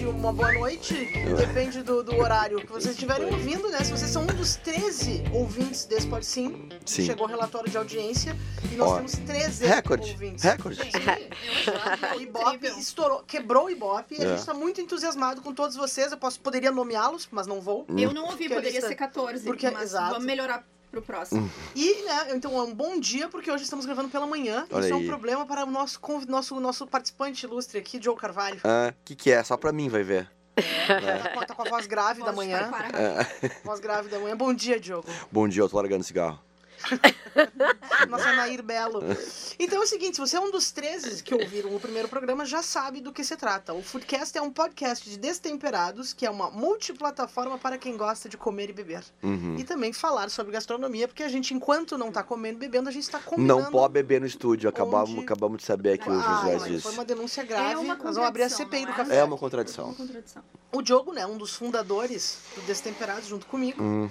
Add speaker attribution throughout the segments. Speaker 1: Um uma boa noite. Depende do, do horário que vocês estiverem ouvindo, né? Se vocês são um dos 13 ouvintes desse Pode Sim,
Speaker 2: Sim.
Speaker 1: chegou o relatório de audiência e nós
Speaker 2: Ó.
Speaker 1: temos 13
Speaker 2: Recorde.
Speaker 1: ouvintes.
Speaker 2: Recorde.
Speaker 1: O Ibope estourou, quebrou o Ibope e a
Speaker 2: É.
Speaker 1: gente tá muito entusiasmado com todos vocês. Eu posso, poderia nomeá-los, mas não vou.
Speaker 3: Eu não ouvi,
Speaker 1: Porque
Speaker 3: poderia
Speaker 1: eles-
Speaker 3: ser 14.
Speaker 1: porque-
Speaker 3: mas
Speaker 1: exato.
Speaker 3: vamos melhorar pro próximo.
Speaker 1: E, né, então é um bom dia, porque hoje estamos gravando pela manhã.
Speaker 2: Olha
Speaker 1: isso é um
Speaker 2: aí.
Speaker 1: problema para o nosso, conv- nosso, nosso participante ilustre aqui, Joe Carvalho.
Speaker 2: Ah, que que é? Só pra mim vai ver.
Speaker 1: Tá, com, tá com a voz grave da
Speaker 3: Posso
Speaker 1: manhã.
Speaker 3: parar?
Speaker 2: Ah,
Speaker 1: Voz grave da manhã. Bom dia, Diogo.
Speaker 2: bom dia, eu tô largando cigarro.
Speaker 1: Nossa Nair Belo. Então é o seguinte, se você é um dos 13 que ouviram o primeiro programa, já sabe do que se trata. O Foodcast é um podcast de destemperados, que é uma multiplataforma para quem gosta de comer e beber.
Speaker 2: Uhum.
Speaker 1: E também falar sobre gastronomia, porque a gente, enquanto não tá comendo e bebendo, a gente tá combinando...
Speaker 2: Não pode beber no estúdio, acabamos,
Speaker 1: onde-
Speaker 2: acabamos de saber aqui os
Speaker 1: Ah,
Speaker 2: visuais
Speaker 1: olha, foi
Speaker 2: disso.
Speaker 1: uma denúncia grave.
Speaker 3: É uma
Speaker 1: Nós vamos abrir a
Speaker 3: contradição,
Speaker 1: CPI do
Speaker 3: não é?
Speaker 1: café.
Speaker 2: É uma contradição.
Speaker 3: Uma contradição.
Speaker 1: O Diogo, né, um dos fundadores do Destemperados, junto comigo.
Speaker 2: Hum,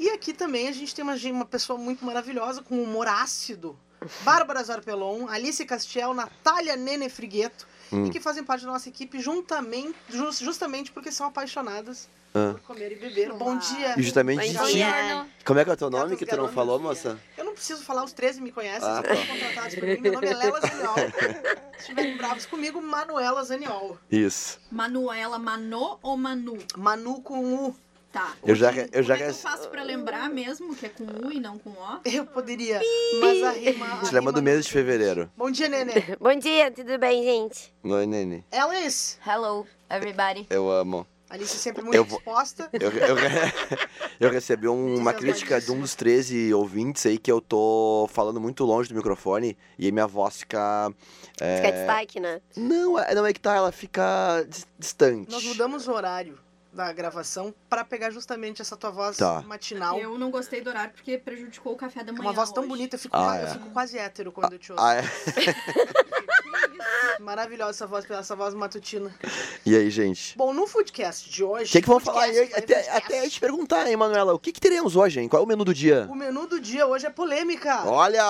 Speaker 1: E aqui também a gente tem uma, gen- uma pessoa muito maravilhosa, com humor ácido. Bárbara Zarpelon, Alice Castiel, Natália Nene Frigueto.
Speaker 2: Hum.
Speaker 1: E que fazem parte da nossa equipe juntamente, jus- justamente porque são apaixonadas
Speaker 2: Ah.
Speaker 1: por comer e beber. Bom
Speaker 3: Olá.
Speaker 1: dia!
Speaker 2: E justamente
Speaker 4: Bom
Speaker 2: de
Speaker 1: Sim.
Speaker 2: ti.
Speaker 4: dia.
Speaker 2: Como é que é o teu nome que tu não
Speaker 1: Garotas
Speaker 2: falou, moça?
Speaker 1: Eu não preciso falar, os 13 me conhecem, são
Speaker 2: Ah, tá.
Speaker 1: todos contratados por mim. Meu nome é Lela Zaniol. Se estiverem bravos comigo, Manuela Zaniol.
Speaker 2: Isso.
Speaker 3: Manuela, Manu ou Manu?
Speaker 1: Manu com U.
Speaker 3: Tá.
Speaker 2: Eu já, eu
Speaker 3: Como
Speaker 2: já
Speaker 3: é que eu
Speaker 2: rece-
Speaker 3: faço pra lembrar mesmo que é com U e não com O?
Speaker 1: Eu poderia, mas a rima... a
Speaker 2: Se lembra
Speaker 1: rima
Speaker 2: do mês de fevereiro.
Speaker 1: Bom dia, Nenê.
Speaker 4: Bom dia, tudo bem, gente?
Speaker 2: Oi, Nene.
Speaker 1: Alice.
Speaker 4: Hello, everybody.
Speaker 2: Eu amo.
Speaker 1: Alice sempre muito
Speaker 2: Eu vou-
Speaker 1: disposta.
Speaker 2: Eu, eu, eu recebi um- uma crítica de um dos 13 ouvintes aí que eu tô falando muito longe do microfone e aí minha voz fica. é,
Speaker 4: Fica destaque, né?
Speaker 2: Não, é- não é que tá, ela fica dis- distante.
Speaker 1: Nós mudamos o horário da gravação pra pegar justamente essa tua voz
Speaker 2: Tá.
Speaker 1: matinal. é
Speaker 3: Eu não gostei do horário porque prejudicou o café da manhã.
Speaker 1: Uma voz tão
Speaker 3: hoje.
Speaker 1: bonita, eu fico,
Speaker 2: Ah,
Speaker 1: qua-
Speaker 2: é.
Speaker 1: eu fico quase hétero quando eu te ouço.
Speaker 2: Ah, é?
Speaker 1: Maravilhosa essa voz, essa voz matutina.
Speaker 2: E aí, gente?
Speaker 1: Bom, no Foodcast de hoje...
Speaker 2: O que, que vamos falar?
Speaker 1: Foodcast,
Speaker 2: Eu- até,
Speaker 1: Foodcast.
Speaker 2: até te perguntar, hein, Manuela, o que, que teremos hoje, hein? Qual é o menu do dia?
Speaker 1: O menu do dia hoje é polêmica.
Speaker 2: Olha!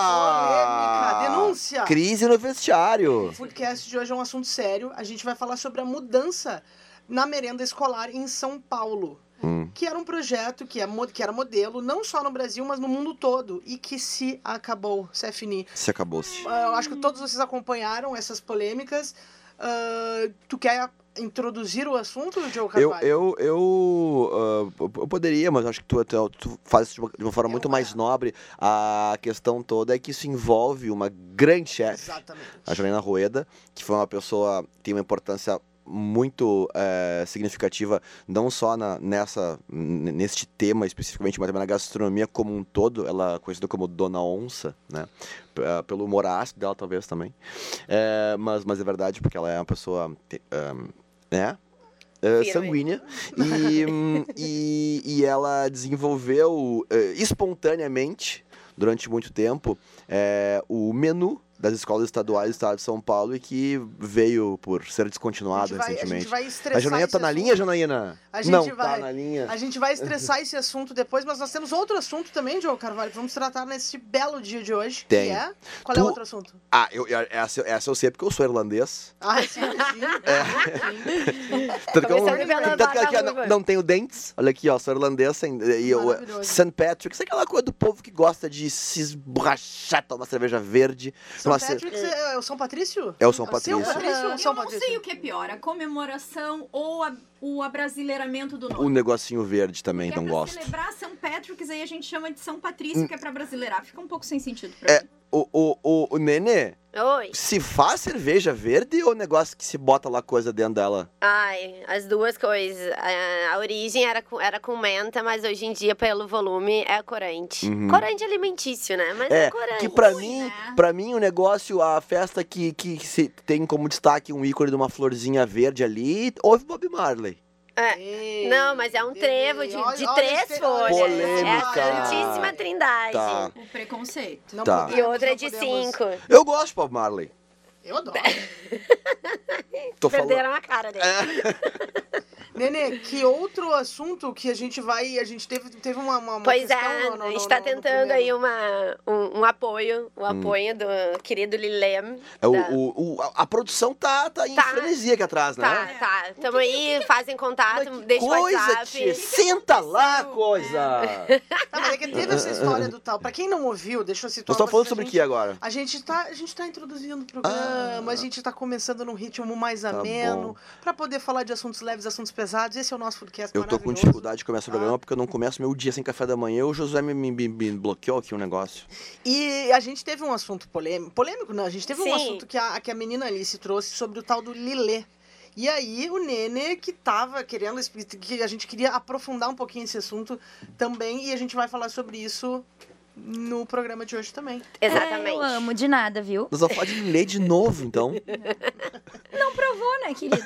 Speaker 1: Polêmica, denúncia.
Speaker 2: Crise no vestiário.
Speaker 1: O podcast de hoje é um assunto sério. A gente vai falar sobre a mudança na merenda escolar em São Paulo,
Speaker 2: Hum.
Speaker 1: que era um projeto que, é, mo- que era modelo não só no Brasil, mas no mundo todo, e que se acabou, se é fini.
Speaker 2: Se acabou-se.
Speaker 1: Ah, Eu acho que todos vocês acompanharam essas polêmicas. Ah, tu quer a- introduzir o assunto, Joe
Speaker 2: Eu,
Speaker 1: Carvalho?
Speaker 2: eu, eu, ah, eu- eu poderia, mas acho que tu, tu, tu faz isso de uma, de uma forma
Speaker 1: Eu-
Speaker 2: muito mais nobre. A questão toda é que isso envolve uma grande chefe,
Speaker 1: Exatamente.
Speaker 2: a Janaina Rueda, que foi uma pessoa que tem uma importância muito eh, significativa, não só na, nessa, n- neste tema especificamente, mas também na gastronomia como um todo. Ela é conhecida como Dona Onça, né? P- ah, pelo humor ácido dela, talvez também. Eh, mas, mas é verdade, porque ela é uma pessoa. te- ahm, né? Eh,
Speaker 4: Firme.
Speaker 2: sanguínea e, hum, e, e ela desenvolveu eh, espontaneamente durante muito tempo é, o menu das escolas estaduais do estado de São Paulo e que veio por ser
Speaker 1: A
Speaker 2: descontinuado
Speaker 1: gente vai, a gente
Speaker 2: recentemente.
Speaker 1: vai
Speaker 2: é A,
Speaker 1: estressar
Speaker 2: Janaína
Speaker 1: esse
Speaker 2: tá na
Speaker 1: assunto.
Speaker 2: linha, Janaína?
Speaker 1: A gente vai.
Speaker 2: Não, tá na linha.
Speaker 1: A gente vai estressar esse assunto depois, mas nós temos outro assunto também, Diogo Carvalho, que vamos tratar nesse belo dia de hoje. Que
Speaker 2: Tem.
Speaker 1: é? Qual é
Speaker 2: Tu-
Speaker 1: o outro assunto?
Speaker 2: Ah, eu, eu- essa, essa eu sei porque eu sou irlandês.
Speaker 1: Ah, sim,
Speaker 2: É,
Speaker 1: sim.
Speaker 2: Tanto que eu,
Speaker 1: Começando pela
Speaker 2: tanto que eu- que eu
Speaker 4: Bárbara
Speaker 2: não,
Speaker 4: Ruiva.
Speaker 2: não tenho dentes. Olha aqui, ó, sou irlandês. sem- E eu,
Speaker 1: Maravilhoso.
Speaker 2: St. Patrick's, aquela coisa do povo que gosta de se esborrachar, tomar cerveja verde.
Speaker 1: São
Speaker 2: Nossa,
Speaker 1: Patrick, é o São Patrício?
Speaker 2: É o São
Speaker 1: É o
Speaker 2: Patrício.
Speaker 1: São Patrício.
Speaker 3: Eu
Speaker 1: São
Speaker 3: não
Speaker 1: Patrício.
Speaker 3: sei o que é pior, a comemoração ou a- o abrasileiramento do
Speaker 5: é-
Speaker 2: O
Speaker 3: nome.
Speaker 2: negocinho verde também,
Speaker 3: Que é
Speaker 2: não
Speaker 3: pra
Speaker 2: gosto.
Speaker 3: celebrar São Patrick's, aí a gente chama de São
Speaker 1: Hum.
Speaker 3: Patrício, que é pra brasileirar. Fica um pouco sem sentido pra
Speaker 2: É.
Speaker 3: mim.
Speaker 2: O, o, o, o Nenê,
Speaker 4: Oi.
Speaker 2: se faz cerveja verde ou negócio que se bota lá coisa dentro dela?
Speaker 4: Ai, as duas coisas. A, a origem era com, era com menta, mas hoje em dia, pelo volume, é corante.
Speaker 2: Uhum.
Speaker 4: Corante alimentício, né? Mas é,
Speaker 2: É,
Speaker 4: corante.
Speaker 2: que pra
Speaker 3: Ruim,
Speaker 2: mim,
Speaker 3: né?
Speaker 2: pra mim o negócio, a festa que, que, que se tem como destaque um ícone de uma florzinha verde ali, houve Bob Marley.
Speaker 1: Ei,
Speaker 4: Não, mas é um
Speaker 1: ei,
Speaker 4: trevo
Speaker 1: ei,
Speaker 4: de,
Speaker 1: olha-
Speaker 4: de
Speaker 1: olha
Speaker 4: três
Speaker 1: esse-
Speaker 4: folhas. É a
Speaker 2: Polêmica.
Speaker 4: Santíssima Trindade.
Speaker 2: Tá.
Speaker 3: O preconceito.
Speaker 1: Não
Speaker 2: Tá.
Speaker 1: podemos,
Speaker 4: E outra
Speaker 1: não
Speaker 4: é de
Speaker 1: podemos.
Speaker 4: cinco.
Speaker 2: Eu gosto de Bob Marley.
Speaker 1: Eu adoro.
Speaker 2: Tô falando.
Speaker 4: Perderam a cara
Speaker 1: É,
Speaker 4: dele.
Speaker 1: Nenê, que outro assunto que a gente vai. A gente teve, teve uma, uma, uma
Speaker 4: Pois
Speaker 1: questão
Speaker 4: é,
Speaker 1: no- no- no- no-
Speaker 4: está
Speaker 1: no
Speaker 4: tentando
Speaker 1: primeiro.
Speaker 4: aí uma, um, um apoio,
Speaker 2: Hum.
Speaker 4: o apoio do querido Lilem.
Speaker 2: É, o-
Speaker 4: da-
Speaker 2: o- o- a, a produção tá, tá em
Speaker 4: Tá.
Speaker 2: frenesia aqui atrás,
Speaker 4: Tá,
Speaker 2: né?
Speaker 4: tá. Tamo aí, fazem contato, deixa o
Speaker 2: coisa, tia,
Speaker 4: WhatsApp.
Speaker 2: senta lá,
Speaker 3: aconteceu?
Speaker 2: coisa!
Speaker 1: Tá, mas é que teve essa história do tal. Pra quem não ouviu, deixa eu situar.
Speaker 2: Nós estamos
Speaker 1: vocês, a
Speaker 2: falando Então sobre o
Speaker 1: gente-
Speaker 2: que agora?
Speaker 1: A gente tá, a gente tá introduzindo o programa,
Speaker 2: Ah.
Speaker 1: a gente tá começando num ritmo mais
Speaker 2: Tá
Speaker 1: ameno,
Speaker 2: bom.
Speaker 1: pra poder falar de assuntos leves, assuntos pesados. Esse é o nosso podcast
Speaker 2: Eu tô com
Speaker 1: maravilhoso.
Speaker 2: dificuldade de começar o
Speaker 1: Ah.
Speaker 2: programa porque eu não começo meu dia sem café da manhã. O Josué me, me- me- me bloqueou aqui um negócio.
Speaker 1: E a gente teve um assunto polêmico. Polêmico não, a gente teve
Speaker 4: Sim.
Speaker 1: um assunto que a, que a menina Alice trouxe sobre o tal do Lilê. E aí o Nene, que tava querendo, expli- que a gente queria aprofundar um pouquinho esse assunto também, e a gente vai falar sobre isso no programa de hoje também.
Speaker 4: Exatamente.
Speaker 5: É, eu amo, de nada, viu?
Speaker 2: Nós vamos falar de ler de novo, então.
Speaker 5: Pô, né, querido?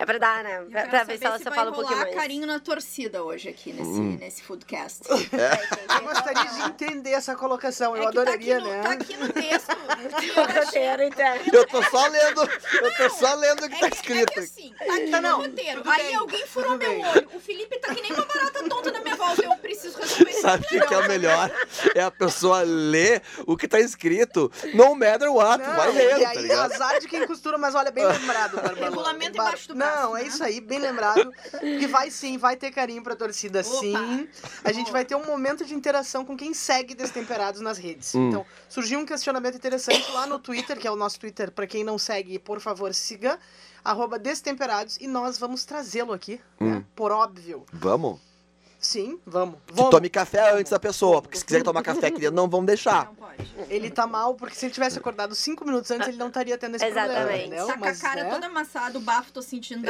Speaker 4: É pra dar, né? Pra, pra ver se ela só fala um pouquinho mais.
Speaker 3: carinho na torcida hoje aqui nesse,
Speaker 2: Hum.
Speaker 3: nesse foodcast.
Speaker 1: Eu gostaria de entender essa colocação, É. Ah, eu
Speaker 3: É que tá
Speaker 1: adoraria,
Speaker 3: aqui no-
Speaker 1: né? Tá
Speaker 3: Tá aqui no texto. e eu achei-
Speaker 4: Roteiro, então.
Speaker 2: Eu tô só lendo, eu tô só lendo o que tá
Speaker 3: É que, é
Speaker 2: escrito.
Speaker 3: que assim, tá aqui
Speaker 1: Tá, não,
Speaker 3: no roteiro.
Speaker 1: tudo
Speaker 3: Aí
Speaker 1: bem,
Speaker 3: alguém furou
Speaker 1: tudo
Speaker 3: meu
Speaker 1: bem.
Speaker 3: olho. O Felipe tá que nem uma barata tonta na minha volta. Eu preciso resolver isso.
Speaker 2: Sabe o que, que é o melhor? É a pessoa ler o que tá escrito, no matter what,
Speaker 1: Não,
Speaker 2: vai lendo,
Speaker 1: e
Speaker 2: tá
Speaker 1: aí,
Speaker 2: ligado?
Speaker 1: azar de quem costura, mas olha, bem lembrado, Bárbara.
Speaker 3: Regulamento
Speaker 1: Bem bar-
Speaker 3: embaixo do braço,
Speaker 1: Não, é
Speaker 3: né?
Speaker 1: isso aí, bem lembrado. Que vai sim, vai ter carinho pra torcida,
Speaker 3: Opa.
Speaker 1: sim. A gente
Speaker 3: Boa.
Speaker 1: vai ter um momento de interação com quem segue Destemperados nas redes.
Speaker 2: Hum.
Speaker 1: Então, surgiu um questionamento interessante lá no Twitter, que é o nosso Twitter. Pra quem não segue, por favor, siga. Arroba Destemperados. E nós vamos trazê-lo aqui, né?
Speaker 2: Hum.
Speaker 1: Por óbvio.
Speaker 2: Vamos?
Speaker 1: Sim, vamos.
Speaker 2: Que
Speaker 1: vamos.
Speaker 2: tome café antes da pessoa, porque se quiser tomar café aqui dentro, não vamos deixar.
Speaker 3: Não pode.
Speaker 1: Ele tá mal, porque se ele tivesse acordado cinco minutos antes, ele não estaria tendo esse problema,
Speaker 4: Exatamente.
Speaker 1: entendeu?
Speaker 3: tá com a
Speaker 1: Mas,
Speaker 3: cara
Speaker 1: né?
Speaker 3: toda amassada, o bafo tô sentindo.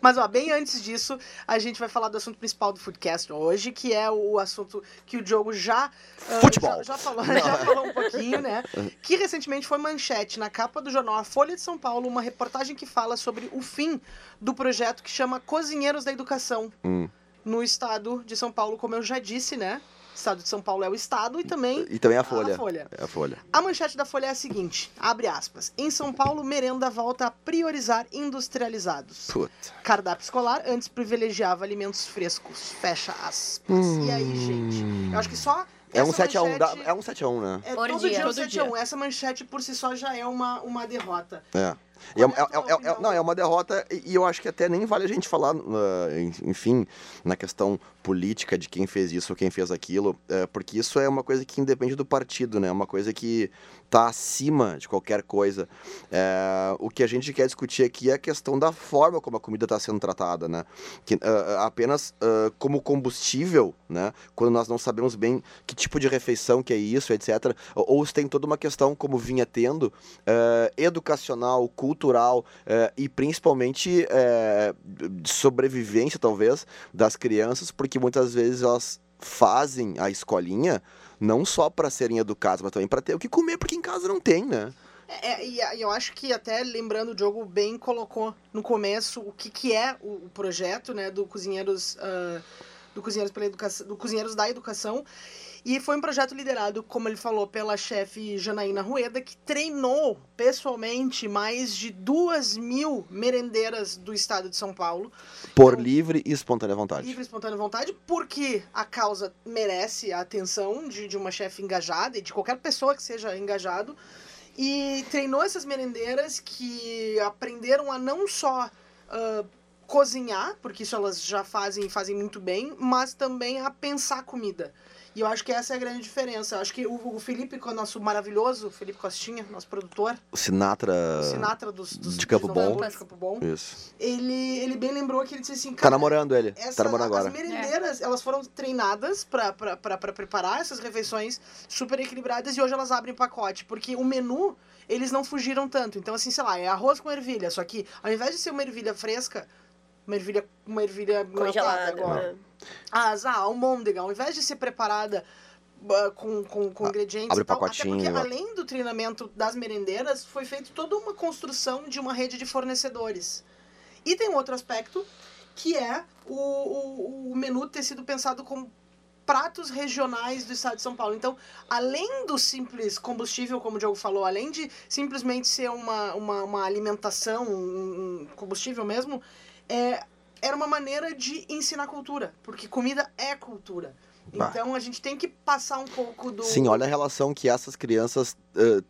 Speaker 1: Mas, ó, bem antes disso, a gente vai falar do assunto principal do Foodcast hoje, que é o assunto que o Diogo já... ah,
Speaker 2: Futebol.
Speaker 1: Já, já falou, já falou um pouquinho, né? Que recentemente foi manchete na capa do jornal A Folha de São Paulo, uma reportagem que fala sobre o fim do projeto que chama Cozinheiros da Educação
Speaker 2: Hum.
Speaker 1: no estado de São Paulo, como eu já disse, né? O estado de São Paulo é o estado e também...
Speaker 2: E também a folha.
Speaker 1: Ah, A Folha.
Speaker 2: É a folha.
Speaker 1: A manchete da Folha é a seguinte, abre aspas. Em São Paulo, merenda volta a priorizar industrializados.
Speaker 2: Puta.
Speaker 1: Cardápio escolar antes privilegiava alimentos frescos. Fecha aspas. E aí, gente? Eu acho que só.
Speaker 2: Hum. É um
Speaker 1: essa
Speaker 2: 7x1, dá-
Speaker 1: manchete-
Speaker 2: é um 7x1, né?
Speaker 1: É
Speaker 5: Por
Speaker 1: todo
Speaker 5: dia.
Speaker 1: dia, um
Speaker 5: Todo
Speaker 1: 7x1. Essa manchete por si só já é uma, uma derrota.
Speaker 2: É. E
Speaker 1: Qual
Speaker 2: é,
Speaker 1: é a
Speaker 2: é-
Speaker 1: tua
Speaker 2: é- é-
Speaker 1: opinião?
Speaker 2: não, é uma derrota, e e eu acho que até nem vale a gente falar, ah, en- enfim, na questão política de quem fez isso ou quem fez aquilo, eh, porque isso é uma coisa que independe do partido, né? É uma coisa que tá acima de qualquer coisa. Eh, o que a gente quer discutir aqui é a questão da forma como a comida está sendo tratada, né? Que, ah, ah, apenas ah, como combustível, né? Quando nós não sabemos bem que tipo de refeição que é isso, etc. Ou, ou se tem toda uma questão, como vinha tendo, eh, educacional, cultural eh, e principalmente eh, de sobrevivência, talvez, das crianças, porque muitas vezes elas fazem a escolinha não só para serem educadas, mas também para ter o que comer, porque em casa não tem, né?
Speaker 1: É, é, e a- e eu acho que até lembrando, o Diogo bem colocou no começo o que, que é o, o projeto né, do Cozinheiros. ah, do Cozinheiros pela Educação, do Cozinheiros da Educação. E foi um projeto liderado, como ele falou, pela chefe Janaína Rueda, que treinou pessoalmente mais de duas mil merendeiras do estado de São Paulo,
Speaker 2: Por
Speaker 1: Então,
Speaker 2: livre e espontânea vontade.
Speaker 1: livre, espontânea vontade, porque a causa merece a atenção de, de uma chefe engajada e de qualquer pessoa que seja engajado. E treinou essas merendeiras que aprenderam a não só ah, cozinhar, porque isso elas já fazem e fazem muito bem, mas também a pensar comida. E eu acho que essa é a grande diferença. Eu acho que o, o Felipe, que é o nosso maravilhoso Felipe Costinha, nosso produtor,
Speaker 2: O Sinatra.
Speaker 1: o Sinatra dos, dos
Speaker 2: Ah, de Campo
Speaker 1: Nova
Speaker 2: Bom.
Speaker 1: Hamburgo, de Campo Bom,
Speaker 2: Isso.
Speaker 1: ele, ele bem lembrou que ele disse assim,
Speaker 2: Tá
Speaker 1: cara,
Speaker 2: namorando ele.
Speaker 1: essa-
Speaker 2: tá namorando agora.
Speaker 1: As merendeiras, elas foram treinadas pra pra- pra- pra preparar essas refeições super equilibradas e hoje elas abrem pacote, porque o menu eles não fugiram tanto. Então, assim, sei lá, é arroz com ervilha, só que ao invés de ser uma ervilha fresca, uma ervilha, uma ervilha
Speaker 4: Congelada.
Speaker 1: enlatada agora.
Speaker 4: né?
Speaker 1: As, ah, almôndega, ao invés de ser preparada ah, com, com, com
Speaker 2: Ah,
Speaker 1: ingredientes
Speaker 2: abre
Speaker 1: e tal,
Speaker 2: pacotinho,
Speaker 1: até porque
Speaker 2: né?
Speaker 1: além do treinamento das merendeiras, foi feita toda uma construção de uma rede de fornecedores. E tem um outro aspecto, que é o, o, o menu ter sido pensado como pratos regionais do estado de São Paulo. Então, além do simples combustível, como o Diogo falou, além de simplesmente ser uma, uma, uma alimentação, um um combustível mesmo, é, era uma maneira de ensinar cultura, porque comida é cultura.
Speaker 2: Bah.
Speaker 1: Então a gente tem que passar um pouco do.
Speaker 2: Sim, olha a relação que essas crianças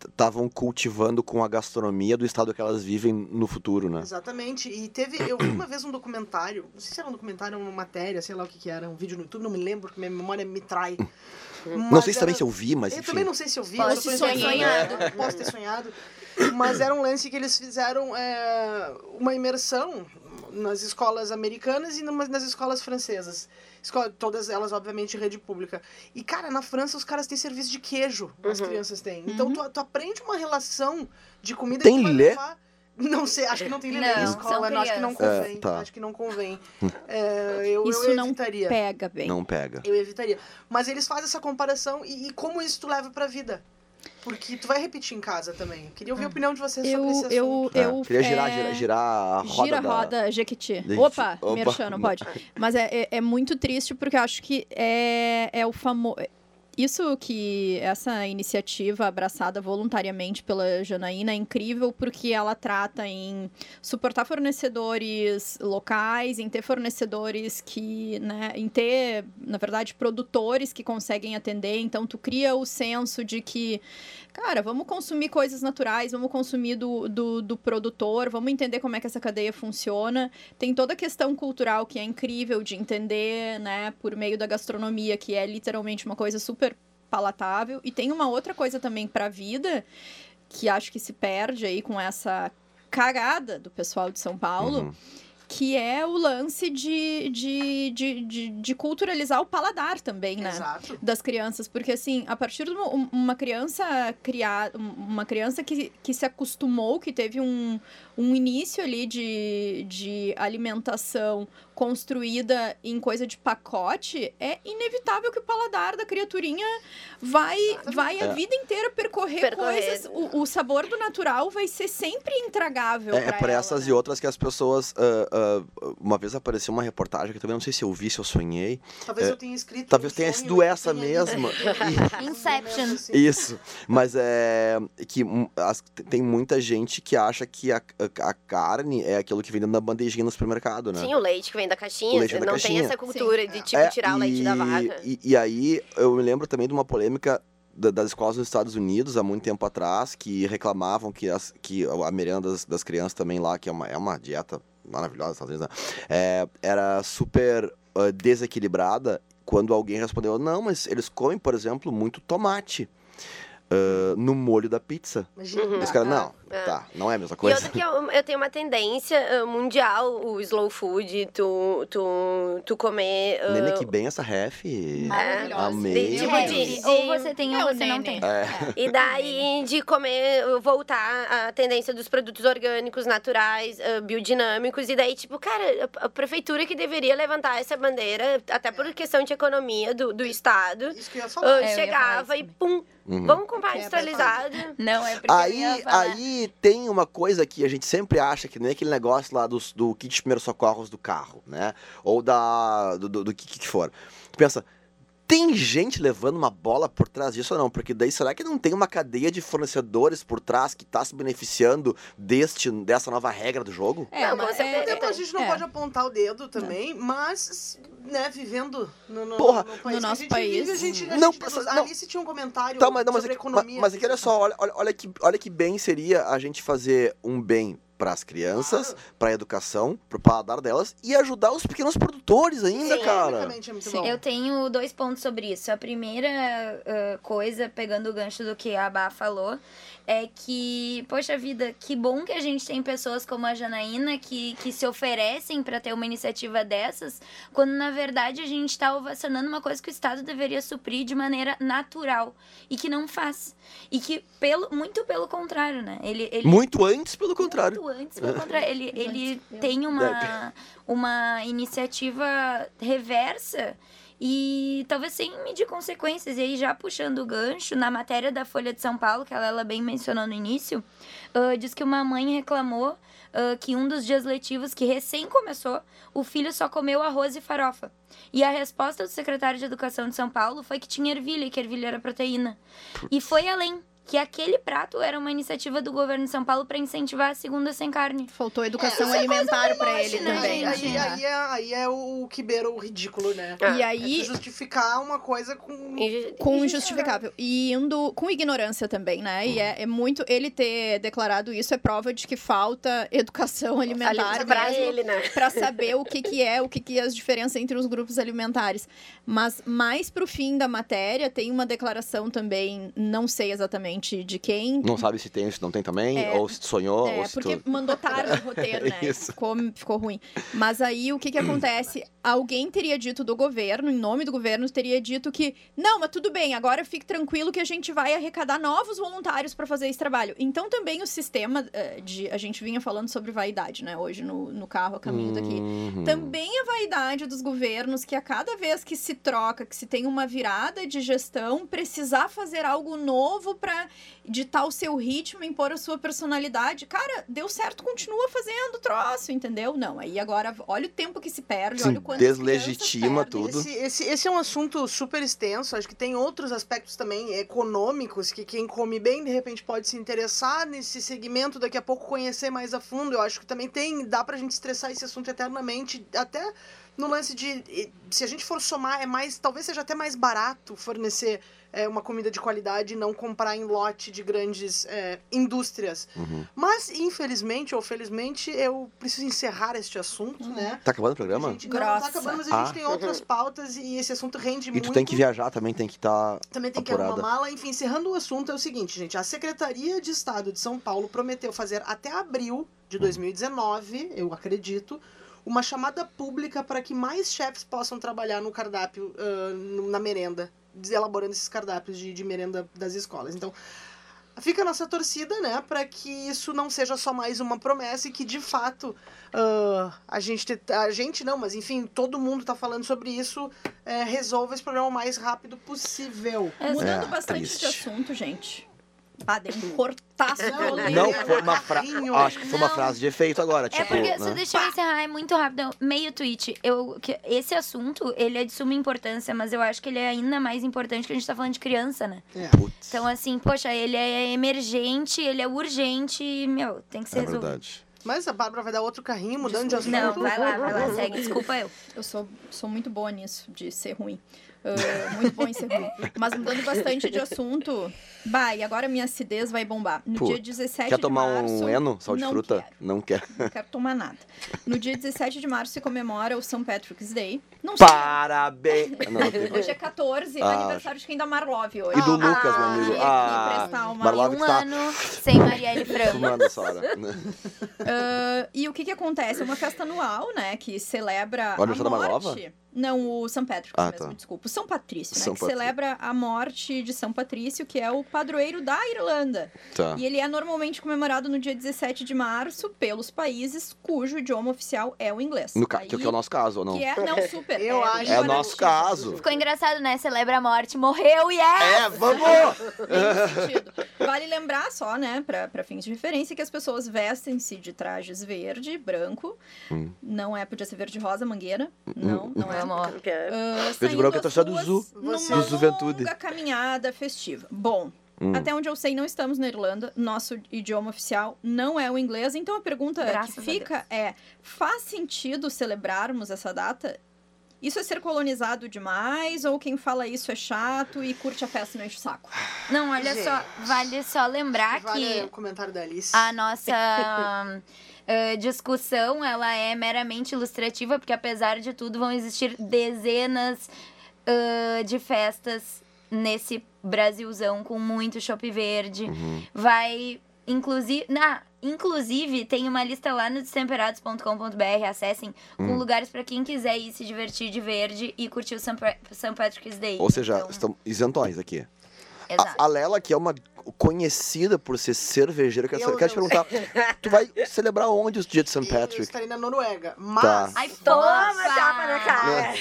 Speaker 2: estavam cultivando com a gastronomia do estado que elas vivem no futuro, né?
Speaker 1: Exatamente. E teve. Eu vi uma vez um documentário. Não sei se era um documentário, uma matéria, sei lá o que, que era, um vídeo no YouTube, não me lembro, porque minha memória me trai.
Speaker 2: não sei
Speaker 1: Mas
Speaker 2: se também
Speaker 1: era-
Speaker 2: se eu vi, mas
Speaker 1: eu
Speaker 2: enfim.
Speaker 1: também não sei se eu vi,
Speaker 5: Pode
Speaker 1: eu
Speaker 5: ter
Speaker 1: tô inventando,
Speaker 4: sonhado.
Speaker 1: né? Posso ter sonhado. Mas era um lance que eles fizeram é, uma imersão nas escolas americanas e numas- nas escolas francesas. Esco- todas elas, obviamente, em rede pública. E, cara, na França os caras têm serviço de queijo, as
Speaker 4: Uhum.
Speaker 1: crianças têm. Então tu, tu aprende uma relação de comida
Speaker 2: Tem
Speaker 1: que vai
Speaker 2: lê?
Speaker 1: levar- Não sei, acho que não tem lê na
Speaker 5: Não,
Speaker 1: escola,
Speaker 5: são
Speaker 1: não, acho que não
Speaker 2: crianças.
Speaker 1: convém.
Speaker 2: É, tá. Hum.
Speaker 1: Acho que não convém. É, eu,
Speaker 5: Isso
Speaker 1: eu
Speaker 5: não
Speaker 1: evitaria.
Speaker 5: Pega bem.
Speaker 2: Não pega.
Speaker 1: Eu evitaria. Mas eles fazem essa comparação e, e como isso tu leva pra vida. Porque tu vai repetir em casa também. Eu queria ouvir a opinião de vocês
Speaker 5: Ah. Eu,
Speaker 1: sobre esse assunto.
Speaker 5: eu,
Speaker 2: É,
Speaker 1: Tá,
Speaker 5: eu.
Speaker 2: Queria girar,
Speaker 5: é,
Speaker 2: girar, girar a roda.
Speaker 5: Gira a
Speaker 2: da-
Speaker 5: roda, Jequiti.
Speaker 2: Gente,
Speaker 5: Opa,
Speaker 2: opa.
Speaker 5: Merchan, não pode. Mas é, é, é muito triste porque eu acho que é, é o famoso. Isso que essa iniciativa abraçada voluntariamente pela Janaína é incrível porque ela trata em suportar fornecedores locais, em ter fornecedores que, né, em ter, na verdade, produtores que conseguem atender. Então tu cria o senso de que, cara, vamos consumir coisas naturais, vamos consumir do, do, do produtor, vamos entender como é que essa cadeia funciona tem toda a questão cultural que é incrível de entender, né, por meio da gastronomia, que é literalmente uma coisa super palatável. E tem uma outra coisa também para a vida, que acho que se perde aí com essa cagada do pessoal de São Paulo,
Speaker 2: Uhum.
Speaker 5: que é o lance de, de, de, de, de culturalizar o paladar também, né?
Speaker 1: Exato.
Speaker 5: das crianças, porque assim, a partir de uma, um- uma criança criar uma criança que, que se acostumou, que teve um, um início ali de, de alimentação construída em coisa de pacote, é inevitável que o paladar da criaturinha vai,
Speaker 1: Exatamente.
Speaker 5: vai a
Speaker 2: É.
Speaker 5: vida inteira percorrer,
Speaker 4: Percorrer.
Speaker 5: coisas. O, o sabor do natural vai ser sempre intragável.
Speaker 2: É, é
Speaker 5: pra
Speaker 2: pra
Speaker 5: ela,
Speaker 2: essas
Speaker 5: né?
Speaker 2: e outras que as pessoas. ah, ah, uma vez apareceu uma reportagem que eu também não sei se eu vi, se eu sonhei.
Speaker 1: Talvez
Speaker 2: É,
Speaker 1: eu tenha escrito.
Speaker 2: talvez
Speaker 1: um
Speaker 2: tenha
Speaker 1: sonho,
Speaker 2: sido
Speaker 1: mas eu
Speaker 2: essa
Speaker 1: tenha
Speaker 2: mesma.
Speaker 1: lido.
Speaker 5: Uhum. Inception.
Speaker 1: Assim.
Speaker 2: Isso. Mas é. Que hum, as- tem muita gente que acha que a, a- a carne é aquilo que vem dentro da bandejinha no supermercado, né?
Speaker 4: Sim, o leite que vem da caixinha.
Speaker 2: O leite vem da
Speaker 4: não
Speaker 2: caixinha.
Speaker 4: tem essa cultura de, tipo,
Speaker 2: É,
Speaker 4: tirar o leite da
Speaker 2: e-
Speaker 4: vaca.
Speaker 2: E, e aí, eu me lembro também de uma polêmica da- das escolas nos Estados Unidos há muito tempo atrás que reclamavam que, as, que a merenda das, das crianças também lá, que é uma, é uma dieta maravilhosa, nos Estados Unidos, né? É, era super ah, desequilibrada quando alguém respondeu: não, mas eles comem, por exemplo, muito tomate. ah, no molho da pizza.
Speaker 1: Imagina.
Speaker 4: Uhum.
Speaker 2: Os caras, não,
Speaker 4: é.
Speaker 2: tá, não é a mesma
Speaker 4: E
Speaker 2: coisa.
Speaker 4: outra que eu, eu tenho uma tendência eh, mundial, o slow food, tu, tu, tu comer. eh,
Speaker 2: Nenê, que bem essa ref.
Speaker 5: Maravilhosa.
Speaker 2: Amei.
Speaker 4: Tipo,
Speaker 5: É,
Speaker 4: de-
Speaker 5: ou
Speaker 4: de-
Speaker 5: você tem ou
Speaker 3: É o
Speaker 5: você não
Speaker 3: neném.
Speaker 5: tem.
Speaker 2: É.
Speaker 4: E daí de comer, voltar à tendência dos produtos orgânicos, naturais, eh, biodinâmicos. E daí, tipo, cara, a a prefeitura que deveria levantar essa bandeira, até por questão de economia do, do Estado,
Speaker 1: Isso que eu ia
Speaker 4: eh,
Speaker 1: falar.
Speaker 5: é? ia falar
Speaker 4: chegava
Speaker 5: isso
Speaker 4: e
Speaker 5: também. é
Speaker 4: pum,
Speaker 2: Uhum.
Speaker 4: vamos comprar industrializado.
Speaker 5: Não, é porque
Speaker 2: Aí,
Speaker 1: né?
Speaker 2: aí tem uma coisa que a gente sempre acha que nem aquele negócio lá dos, do kit de primeiros socorros do carro, né? Ou da. do, do- do que, que for. Tu pensa, tem gente levando uma bola por trás disso ou não? Porque daí será que não tem uma cadeia de fornecedores por trás que tá se beneficiando deste, dessa nova regra do jogo?
Speaker 5: É,
Speaker 4: Não,
Speaker 5: mas
Speaker 4: você
Speaker 5: é-
Speaker 4: tem-
Speaker 1: Então, a gente não
Speaker 5: é.
Speaker 1: pode apontar o dedo também, mas, né, vivendo no, no,
Speaker 2: Porra,
Speaker 1: no país
Speaker 5: no
Speaker 1: que a
Speaker 5: nosso
Speaker 1: gente
Speaker 5: país.
Speaker 1: vive, a gente, a
Speaker 2: Não,
Speaker 1: gente-
Speaker 2: passa-
Speaker 1: a
Speaker 2: não.
Speaker 1: Alice tinha um comentário
Speaker 2: Tá, mas, não, mas,
Speaker 1: sobre
Speaker 2: é que-
Speaker 1: economia. né?
Speaker 2: mas é que olha só, olha, olha, olha que, olha que bem seria a gente fazer um bem para as crianças,
Speaker 1: Claro.
Speaker 2: para a educação, para o paladar delas e ajudar os pequenos produtores ainda,
Speaker 4: Sim,
Speaker 2: cara.
Speaker 1: Economicamente É muito
Speaker 5: Sim.
Speaker 1: bom.
Speaker 6: Eu tenho dois pontos sobre isso. A primeira ah, coisa, pegando o gancho do que a Bá falou, é que, poxa vida, que bom que a gente tem pessoas como a Janaína que, que se oferecem para ter uma iniciativa dessas, quando na verdade a gente está ovacionando uma coisa que o Estado deveria suprir de maneira natural e que não faz. E que, pelo, muito pelo contrário, né? Ele, ele
Speaker 2: Muito antes, pelo contrário. É.
Speaker 6: muito antes, pelo contrário, ele, ele tem uma, uma iniciativa reversa e talvez sem medir consequências. E aí, já puxando o gancho, na matéria da Folha de São Paulo, que a Lela bem mencionou no início, ah, diz que uma mãe reclamou ah, ah, que um dos dias letivos que recém começou, o filho só comeu arroz e farofa. E a resposta do secretário de Educação de São Paulo foi que tinha ervilha e que ervilha era proteína. E foi além que aquele prato era uma iniciativa do governo de São Paulo para incentivar a segunda sem carne.
Speaker 5: Faltou educação alimentar pra ele
Speaker 6: né,
Speaker 5: também.
Speaker 1: Aí, aí,
Speaker 5: né?
Speaker 1: aí é, aí é o que beira o ridículo, né?
Speaker 5: E
Speaker 1: É tu
Speaker 5: aí,
Speaker 1: justificar uma coisa com.
Speaker 4: Ah, E-
Speaker 5: com injustificável. E indo com ignorância também, né? E é, é muito. Ele ter declarado isso é prova de que falta educação alimentar
Speaker 4: Ali, pra
Speaker 5: mesmo.
Speaker 4: ele, né?
Speaker 5: Pra saber o que, que é, o que, que é as diferenças entre os grupos alimentares. Mas mais pro fim da matéria, tem uma declaração também, não sei exatamente de quem.
Speaker 2: Não sabe se tem, se não tem também,
Speaker 5: É.
Speaker 2: ou se tu sonhou,
Speaker 5: É,
Speaker 2: ou se
Speaker 5: porque
Speaker 2: tu...
Speaker 5: mandou tarde o roteiro, né?
Speaker 2: Isso.
Speaker 5: Ficou, ficou ruim. Mas aí o que que acontece? Alguém teria dito do governo, em nome do governo, teria dito que não, mas tudo bem, agora fique tranquilo que a gente vai arrecadar novos voluntários para fazer esse trabalho. Então também o sistema eh, de a gente vinha falando sobre vaidade, né, hoje no, no carro a caminho daqui.
Speaker 2: Uhum.
Speaker 5: Também a vaidade dos governos que a cada vez que se troca, que se tem uma virada de gestão, precisar fazer algo novo para ditar o seu ritmo, impor a sua personalidade. Cara, deu certo, continua fazendo o troço, entendeu? Não, aí agora olha o tempo que se perde,
Speaker 2: Sim,
Speaker 5: olha o quanto
Speaker 2: deslegitima tudo.
Speaker 1: Esse, esse, esse é um assunto super extenso, acho que tem outros aspectos também econômicos que quem come bem, de repente, pode se interessar nesse segmento, daqui a pouco conhecer mais a fundo. Eu acho que também tem, dá pra gente estressar esse assunto eternamente, até no lance de. eh, Se a gente for somar, é mais. Talvez seja até mais barato fornecer eh, uma comida de qualidade e não comprar em lote de grandes eh, indústrias.
Speaker 2: Uhum.
Speaker 1: Mas, infelizmente ou felizmente, eu preciso encerrar este assunto, né?
Speaker 2: Tá acabando o
Speaker 1: A
Speaker 2: programa?
Speaker 1: gente não, não tá
Speaker 5: Grossa.
Speaker 1: acabando, mas a gente
Speaker 2: Ah.
Speaker 1: tem outras pautas e esse assunto
Speaker 5: é
Speaker 1: rende
Speaker 2: E
Speaker 1: muito.
Speaker 2: tu tem que viajar também, tem que tá- estar...
Speaker 1: Também tem que
Speaker 2: apurada.
Speaker 1: arrumar mala. Enfim, encerrando o assunto, é o seguinte, gente. A Secretaria de Estado de São Paulo prometeu fazer até abril de 2019, eu acredito, uma chamada pública para que mais chefes possam trabalhar no cardápio, ah, no- na merenda, elaborando esses cardápios de, de merenda das escolas. Então. Fica a nossa torcida, né, para que isso não seja só mais uma promessa e que de fato ah, a gente, te- a gente não, mas enfim, todo mundo tá falando sobre isso, eh, resolva esse problema o mais rápido possível.
Speaker 5: Mudando
Speaker 2: É,
Speaker 5: bastante
Speaker 2: triste.
Speaker 5: de assunto, gente. Ah, deu um cortaço
Speaker 1: Não,
Speaker 5: polêmico.
Speaker 2: Não
Speaker 1: Olha,
Speaker 2: foi uma frase...
Speaker 1: carrinho.
Speaker 2: Ah, Acho que foi uma
Speaker 6: Não.
Speaker 2: frase de efeito agora, tipo...
Speaker 6: É porque,
Speaker 2: né?
Speaker 6: só deixa eu encerrar, é muito rápido, meio tweet. Eu, que- esse assunto, ele é de suma importância, mas eu acho que ele é ainda mais importante que a gente tá falando de criança, né?
Speaker 2: Putz,
Speaker 6: Então, assim, poxa, ele é emergente, ele é urgente, e, meu, tem que ser
Speaker 2: é
Speaker 6: resolvido.
Speaker 2: verdade.
Speaker 1: Mas a Bárbara vai dar outro carrinho, mudando de assunto.
Speaker 6: Não, vai lá, vai lá, segue, desculpa eu.
Speaker 5: Eu sou, sou muito boa nisso, de ser ruim. Ah, muito bom em ser ruim. Mas mudando bastante de assunto. Bah, e agora minha acidez vai bombar. No
Speaker 2: Putz,
Speaker 5: dia 17
Speaker 2: Quer
Speaker 5: de
Speaker 2: tomar
Speaker 5: março.
Speaker 2: um Eno, sal de
Speaker 5: Não
Speaker 2: fruta?
Speaker 5: quero.
Speaker 2: Não quer.
Speaker 5: Não quero tomar nada. No dia 17 de março se comemora o St. Patrick's Day. Não sei.
Speaker 2: Parabéns! Não, não tem-
Speaker 5: Hoje é 14,
Speaker 2: Ah.
Speaker 5: aniversário de quem dá Marlov hoje.
Speaker 2: E do
Speaker 1: Ah,
Speaker 2: Lucas, meu
Speaker 5: Eu
Speaker 2: amigo.
Speaker 5: vim aqui
Speaker 2: Ah,
Speaker 5: prestar uma-
Speaker 2: Marlon- Logo
Speaker 6: e um
Speaker 2: que tá-
Speaker 6: ano sem Marielle Franco.
Speaker 2: fumando essa hora. né?
Speaker 5: Ah, e o que que acontece? É uma festa anual, né? Que celebra
Speaker 2: O
Speaker 5: a
Speaker 2: aniversário da
Speaker 5: morte...
Speaker 2: Marlova?
Speaker 5: Não, o São Patrick
Speaker 2: tá Ah,
Speaker 5: mesmo,
Speaker 2: tá.
Speaker 5: desculpa. O São Patrício, né?
Speaker 2: São
Speaker 5: que
Speaker 2: Patrício.
Speaker 5: celebra a morte de São Patrício, que é o padroeiro da Irlanda.
Speaker 2: Tá.
Speaker 5: E ele é normalmente comemorado no dia 17 de março pelos países cujo idioma oficial é o inglês.
Speaker 2: No ca...
Speaker 5: Aí-
Speaker 2: Que é o nosso caso, ou não?
Speaker 5: que é- não, super.
Speaker 1: Eu
Speaker 5: é,
Speaker 1: acho.
Speaker 2: É o
Speaker 5: ignorante.
Speaker 2: nosso caso.
Speaker 6: Ficou engraçado, né? Celebra a morte, morreu, e yeah!
Speaker 2: É, vamos!
Speaker 5: Nesse sentido. Vale lembrar só, né, pra, pra fins de referência, que as pessoas vestem-se de trajes verde, branco.
Speaker 2: Hum.
Speaker 5: Não é, podia ser verde rosa, mangueira. Não, não é.
Speaker 6: Vamos, ó.
Speaker 5: Ah,
Speaker 2: Verde
Speaker 5: saindo
Speaker 2: branco é
Speaker 5: às
Speaker 2: torcida do
Speaker 5: ruas
Speaker 2: Zu.
Speaker 5: Numa
Speaker 1: Você-
Speaker 2: Do Juventude.
Speaker 5: longa caminhada festiva. Bom,
Speaker 2: Hum.
Speaker 5: até onde eu sei, não estamos na Irlanda. Nosso idioma oficial não é o inglês. Então a pergunta
Speaker 6: Graças a
Speaker 5: que fica é: faz sentido celebrarmos essa data? Isso é ser colonizado demais? Ou quem fala isso é chato e curte a festa e não enche o saco?
Speaker 6: Não, olha só, vale só lembrar
Speaker 1: Vale
Speaker 6: que
Speaker 1: o comentário da Alice.
Speaker 6: a nossa eh, discussão ela é meramente ilustrativa, porque apesar de tudo vão existir dezenas eh, de festas nesse Brasilzão com muito chopp verde.
Speaker 2: Uhum.
Speaker 6: Vai, inclusive, na inclusive tem uma lista lá no destemperados.com.br, acessem
Speaker 2: Hum.
Speaker 6: com lugares pra quem quiser ir se divertir de verde e curtir o St. Patrick's Day.
Speaker 2: Ou seja,
Speaker 6: Então,
Speaker 2: estão isentões aqui.
Speaker 6: exato.
Speaker 2: A, a Lela, que é uma conhecida por ser cervejeira, quero,
Speaker 1: Eu
Speaker 2: quero te
Speaker 1: não
Speaker 2: perguntar, tu vai celebrar onde o dia de St.
Speaker 1: Eu
Speaker 2: Patrick?
Speaker 1: estarei na Noruega. Mas
Speaker 2: Tá.
Speaker 6: Ai,
Speaker 4: Toma,
Speaker 6: Nossa!
Speaker 4: tapa na cara.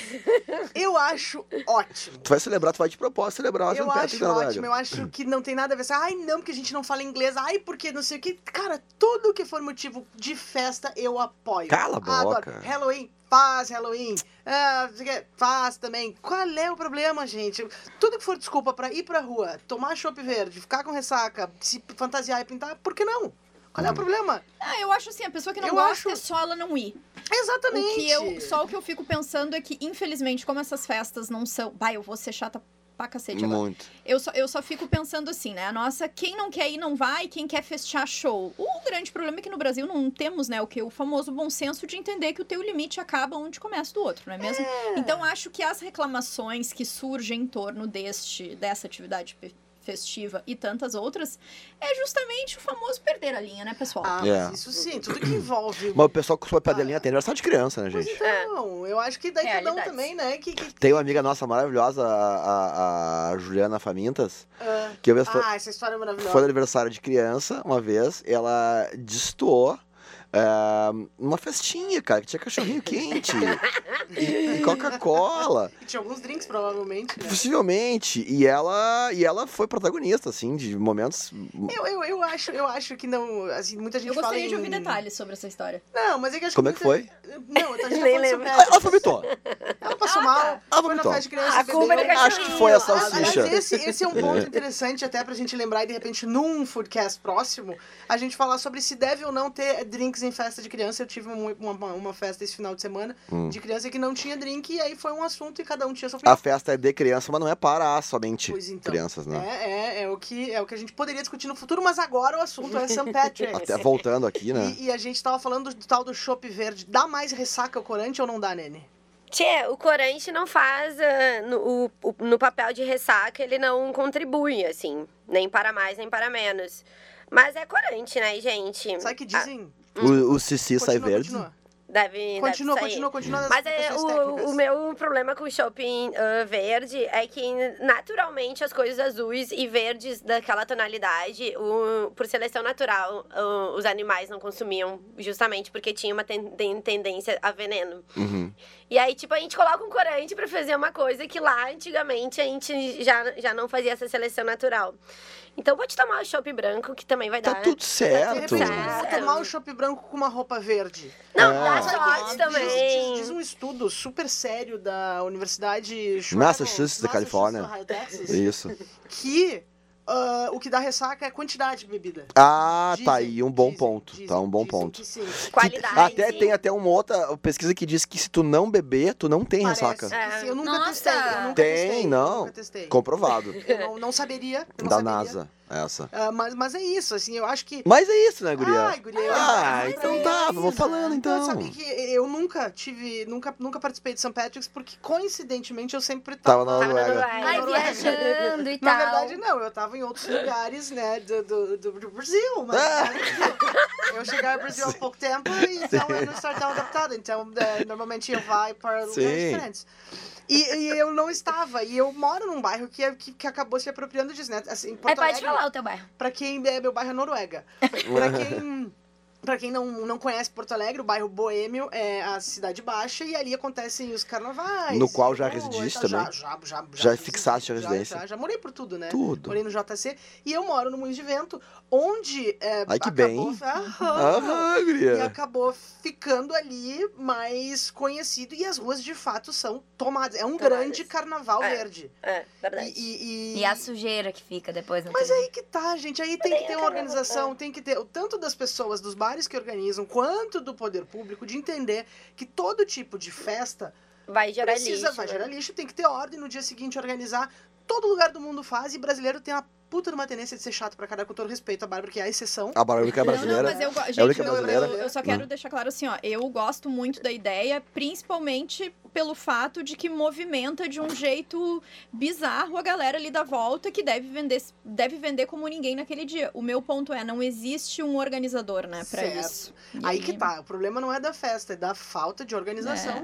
Speaker 1: eu acho ótimo.
Speaker 2: Tu vai celebrar, tu vai de propósito celebrar o St.
Speaker 1: Eu
Speaker 2: Patrick né,
Speaker 1: acho
Speaker 2: na
Speaker 1: ótimo,
Speaker 2: Noruega.
Speaker 1: eu acho que não tem nada a ver. assim, Ai, não, porque a gente não fala inglês. Ai, porque não sei o que. Cara, tudo que for motivo de festa, eu apoio.
Speaker 2: Cala a boca.
Speaker 1: Adoro. Halloween, faz Halloween. Ah, não sei o quê, faz também. Qual é o problema, gente? Tudo que for desculpa pra ir pra rua, tomar chopp verde, ficar com ressaca, se fantasiar e pintar, por que não? Qual é o
Speaker 2: Hum.
Speaker 1: problema?
Speaker 5: Ah, eu acho assim, a pessoa que não
Speaker 1: Eu
Speaker 5: gosta
Speaker 1: acho-
Speaker 5: é só ela não ir.
Speaker 1: Exatamente.
Speaker 5: O que eu, só o que eu fico pensando é que, infelizmente, como essas festas não são. Vai, eu vou ser chata pra cacete agora.
Speaker 2: Muito.
Speaker 5: Eu só, eu só fico pensando assim, né? Nossa, quem não quer ir não vai, quem quer festear show. O grande problema é que no Brasil não temos, né, o que o famoso bom senso de entender que o teu limite acaba onde começa do outro, não é mesmo? Então acho que as reclamações que surgem em torno deste dessa atividade pe- festiva e tantas outras é justamente o famoso perder a linha, né, pessoal?
Speaker 1: Ah,
Speaker 2: É.
Speaker 1: mas isso sim, tudo que envolve.
Speaker 2: Mas o pessoal que sobe pra delinha tem aniversário de criança, né,
Speaker 1: Pois
Speaker 2: gente?
Speaker 5: É.
Speaker 1: então, eu acho que daí cada um
Speaker 6: Realidades.
Speaker 1: também, né? Que, que-
Speaker 2: Tem uma amiga nossa maravilhosa, a, a- a Juliana Famintas,
Speaker 1: ah,
Speaker 2: que eu mesmo foi-
Speaker 1: Ah, essa história é maravilhosa.
Speaker 2: foi no aniversário de criança uma vez, ela destoou eh, numa festinha, cara, que tinha cachorrinho quente e, e Coca-Cola,
Speaker 1: E Tinha alguns drinks, provavelmente, né?
Speaker 2: possivelmente, e ela, e ela foi protagonista, assim, de momentos... hum,
Speaker 1: Eu, eu, eu, acho, eu acho que não. Assim, muita gente
Speaker 5: Eu
Speaker 1: fala.
Speaker 5: gostaria de
Speaker 1: em-
Speaker 5: ouvir detalhes sobre essa história.
Speaker 1: Não, mas é que eu acho
Speaker 2: Como é que
Speaker 1: que.
Speaker 2: foi?
Speaker 1: muita- Não, a gente tá
Speaker 4: Nem
Speaker 1: falando
Speaker 4: lembro.
Speaker 1: sobre
Speaker 4: Ah, tá.
Speaker 2: Ela
Speaker 1: essa-
Speaker 2: vomitou,
Speaker 1: Ela passou mal.
Speaker 2: ela
Speaker 1: Foi na
Speaker 2: vomitou.
Speaker 1: festa de criança.
Speaker 4: A culpa
Speaker 1: bebeu.
Speaker 4: é do
Speaker 2: Ah, então.
Speaker 4: cachorro.
Speaker 2: Acho que foi a
Speaker 1: Aliás,
Speaker 2: salsicha.
Speaker 1: esse, esse é um ponto interessante até pra gente lembrar e de repente num foodcast próximo, a gente falar sobre se deve ou não ter drinks em festa de criança. Eu tive um- uma, uma, uma festa esse final de semana
Speaker 2: Hum.
Speaker 1: de criança que não tinha drink e aí foi um assunto e cada um tinha sua
Speaker 2: A
Speaker 1: opinião.
Speaker 2: festa é de criança, mas não é para somente
Speaker 1: Pois então.
Speaker 2: crianças, né?
Speaker 1: É, é, é o que, é o que a gente poderia discutir no futuro, mas agora o assunto é St. Patrick's.
Speaker 2: Até voltando aqui, né?
Speaker 1: E, e a gente tava falando do tal do chopp verde. Dá mais ressaca ao corante ou não dá, Nene?
Speaker 4: Tchê, o corante não faz ah, no, o- o- no papel de ressaca, ele não contribui, assim, nem para mais, nem para menos. Mas é corante, né, gente?
Speaker 1: Sabe que dizem?
Speaker 2: O, o Cici Ah, sai
Speaker 1: Continua,
Speaker 2: verde.
Speaker 1: continua.
Speaker 4: Deve,
Speaker 1: Continua,
Speaker 4: deve sair.
Speaker 1: continua, continua. nas
Speaker 4: Mas é,
Speaker 1: questões
Speaker 4: o,
Speaker 1: técnicas.
Speaker 4: o meu problema com o shopping ah, verde é que naturalmente as coisas azuis e verdes daquela tonalidade, o- por seleção natural, ah, os animais não consumiam, justamente porque tinha uma ten- ten- tendência a veneno.
Speaker 2: Uhum.
Speaker 4: E aí, tipo, a gente coloca um corante pra fazer uma coisa que lá antigamente a gente já, já não fazia essa seleção natural. Então pode tomar o chopp branco, que também vai
Speaker 2: Tá
Speaker 4: dar.
Speaker 2: tudo
Speaker 1: De
Speaker 2: certo.
Speaker 1: repente, eu vou
Speaker 4: Certo.
Speaker 1: tomar um chopp branco com uma roupa verde.
Speaker 4: Não,
Speaker 2: É.
Speaker 4: dá
Speaker 1: Sabe
Speaker 4: shot
Speaker 1: que
Speaker 4: Ah, também.
Speaker 1: Diz, diz um estudo super sério da Universidade Shrine-
Speaker 2: Massachusetts, da Califórnia.
Speaker 1: Massachusetts, Texas,
Speaker 2: Isso.
Speaker 1: que ah, o que dá ressaca é a quantidade de bebida.
Speaker 2: Ah,
Speaker 1: Dizem,
Speaker 2: tá aí um bom
Speaker 1: dizem,
Speaker 2: ponto.
Speaker 1: dizem,
Speaker 2: tá um bom
Speaker 1: dizem Tá,
Speaker 2: ponto. Ah,
Speaker 1: que sim.
Speaker 4: Qualidade.
Speaker 2: Tipo, Até tem até uma outra pesquisa que diz que se tu não beber, tu não tem
Speaker 1: Parece
Speaker 2: ressaca.
Speaker 1: que sim. Eu nunca
Speaker 6: É, Nossa.
Speaker 1: testei. Eu nunca
Speaker 2: Tem,
Speaker 1: testei, eu
Speaker 2: não.
Speaker 1: nunca testei.
Speaker 2: Comprovado.
Speaker 1: Eu não, não saberia. eu não
Speaker 2: da
Speaker 1: saberia.
Speaker 2: NASA, essa.
Speaker 1: Ah, mas, mas é isso, assim, eu acho que.
Speaker 2: Mas é isso, né, guria?
Speaker 1: Ai, guria.
Speaker 2: Ah,
Speaker 1: eu-
Speaker 2: então
Speaker 1: eu-
Speaker 2: tá, vamos falando
Speaker 1: Então,
Speaker 2: então.
Speaker 1: sabe que eu nunca tive, nunca, nunca participei de St. Patrick's porque coincidentemente eu sempre
Speaker 2: Tava
Speaker 1: tava.
Speaker 2: na
Speaker 4: Tava na
Speaker 2: Noruega.
Speaker 4: Noruega.
Speaker 6: Ai, viajando e
Speaker 1: Na
Speaker 6: tal.
Speaker 1: verdade, não, eu tava em outros lugares, né, do, do, do- do Brasil, mas
Speaker 2: Ah.
Speaker 1: eu chegava ao Brasil há pouco tempo e então eu não estava adaptada, então eh, normalmente eu vai para lugares
Speaker 2: Sim.
Speaker 1: diferentes. E, e eu não estava, e eu moro num bairro que, é- que, que acabou se apropriando disso, né, assim, em Porto
Speaker 2: É,
Speaker 6: Aí É, pode
Speaker 1: Alegre,
Speaker 6: falar o teu bairro.
Speaker 1: Pra quem é meu bairro é Noruega. Pra quem, pra quem não, não conhece Porto Alegre, o bairro Boêmio é a cidade baixa e ali acontecem os carnavais.
Speaker 2: No qual já
Speaker 1: Então,
Speaker 2: residiste
Speaker 1: então,
Speaker 2: também.
Speaker 1: Já, já, já,
Speaker 2: Já
Speaker 1: residi,
Speaker 2: fixaste a residência.
Speaker 1: Já, já, já morei por tudo, né?
Speaker 2: Tudo.
Speaker 1: Morei no JC e eu moro no Moinho de Vento, onde. É,
Speaker 2: Ai, que
Speaker 1: acabou-
Speaker 2: bem. Ah,
Speaker 1: Aham.
Speaker 2: Aham,
Speaker 1: E
Speaker 2: guria.
Speaker 1: acabou ficando ali mais conhecido. E as ruas de fato são tomadas. É um
Speaker 4: Tomadas.
Speaker 1: grande carnaval
Speaker 4: É,
Speaker 1: verde.
Speaker 4: É, verdade.
Speaker 1: E, e,
Speaker 6: E a sujeira que fica depois. na
Speaker 1: mas
Speaker 6: TV.
Speaker 1: aí que tá, gente. Aí tem que ter uma
Speaker 4: acabou,
Speaker 1: organização, tem que ter o tanto das pessoas, dos bares que organizam, quanto do poder público, de entender que todo tipo de festa
Speaker 4: Vai gerar
Speaker 1: precisa,
Speaker 4: lixo.
Speaker 1: vai
Speaker 4: né?
Speaker 1: gerar lixo, tem que ter ordem no dia seguinte, organizar. Todo lugar do mundo faz e brasileiro tem uma puta de uma tendência de ser chato pra caralho, com todo respeito à Bárbara, que é a exceção.
Speaker 2: A barulho é
Speaker 5: Não, não,
Speaker 2: brasileira.
Speaker 5: mas eu gosto.
Speaker 2: É a única
Speaker 5: Gente, eu-
Speaker 2: brasileira. Hum.
Speaker 5: eu, eu só quero deixar claro assim, ó. Eu gosto muito da ideia, principalmente pelo fato de que movimenta de um jeito bizarro a galera ali da volta que deve vender, deve vender como ninguém naquele dia. O meu ponto é, não existe um organizador, né, pra
Speaker 1: Certo.
Speaker 5: isso. E
Speaker 1: Aí que tá, o problema não é da festa, é da falta de organização.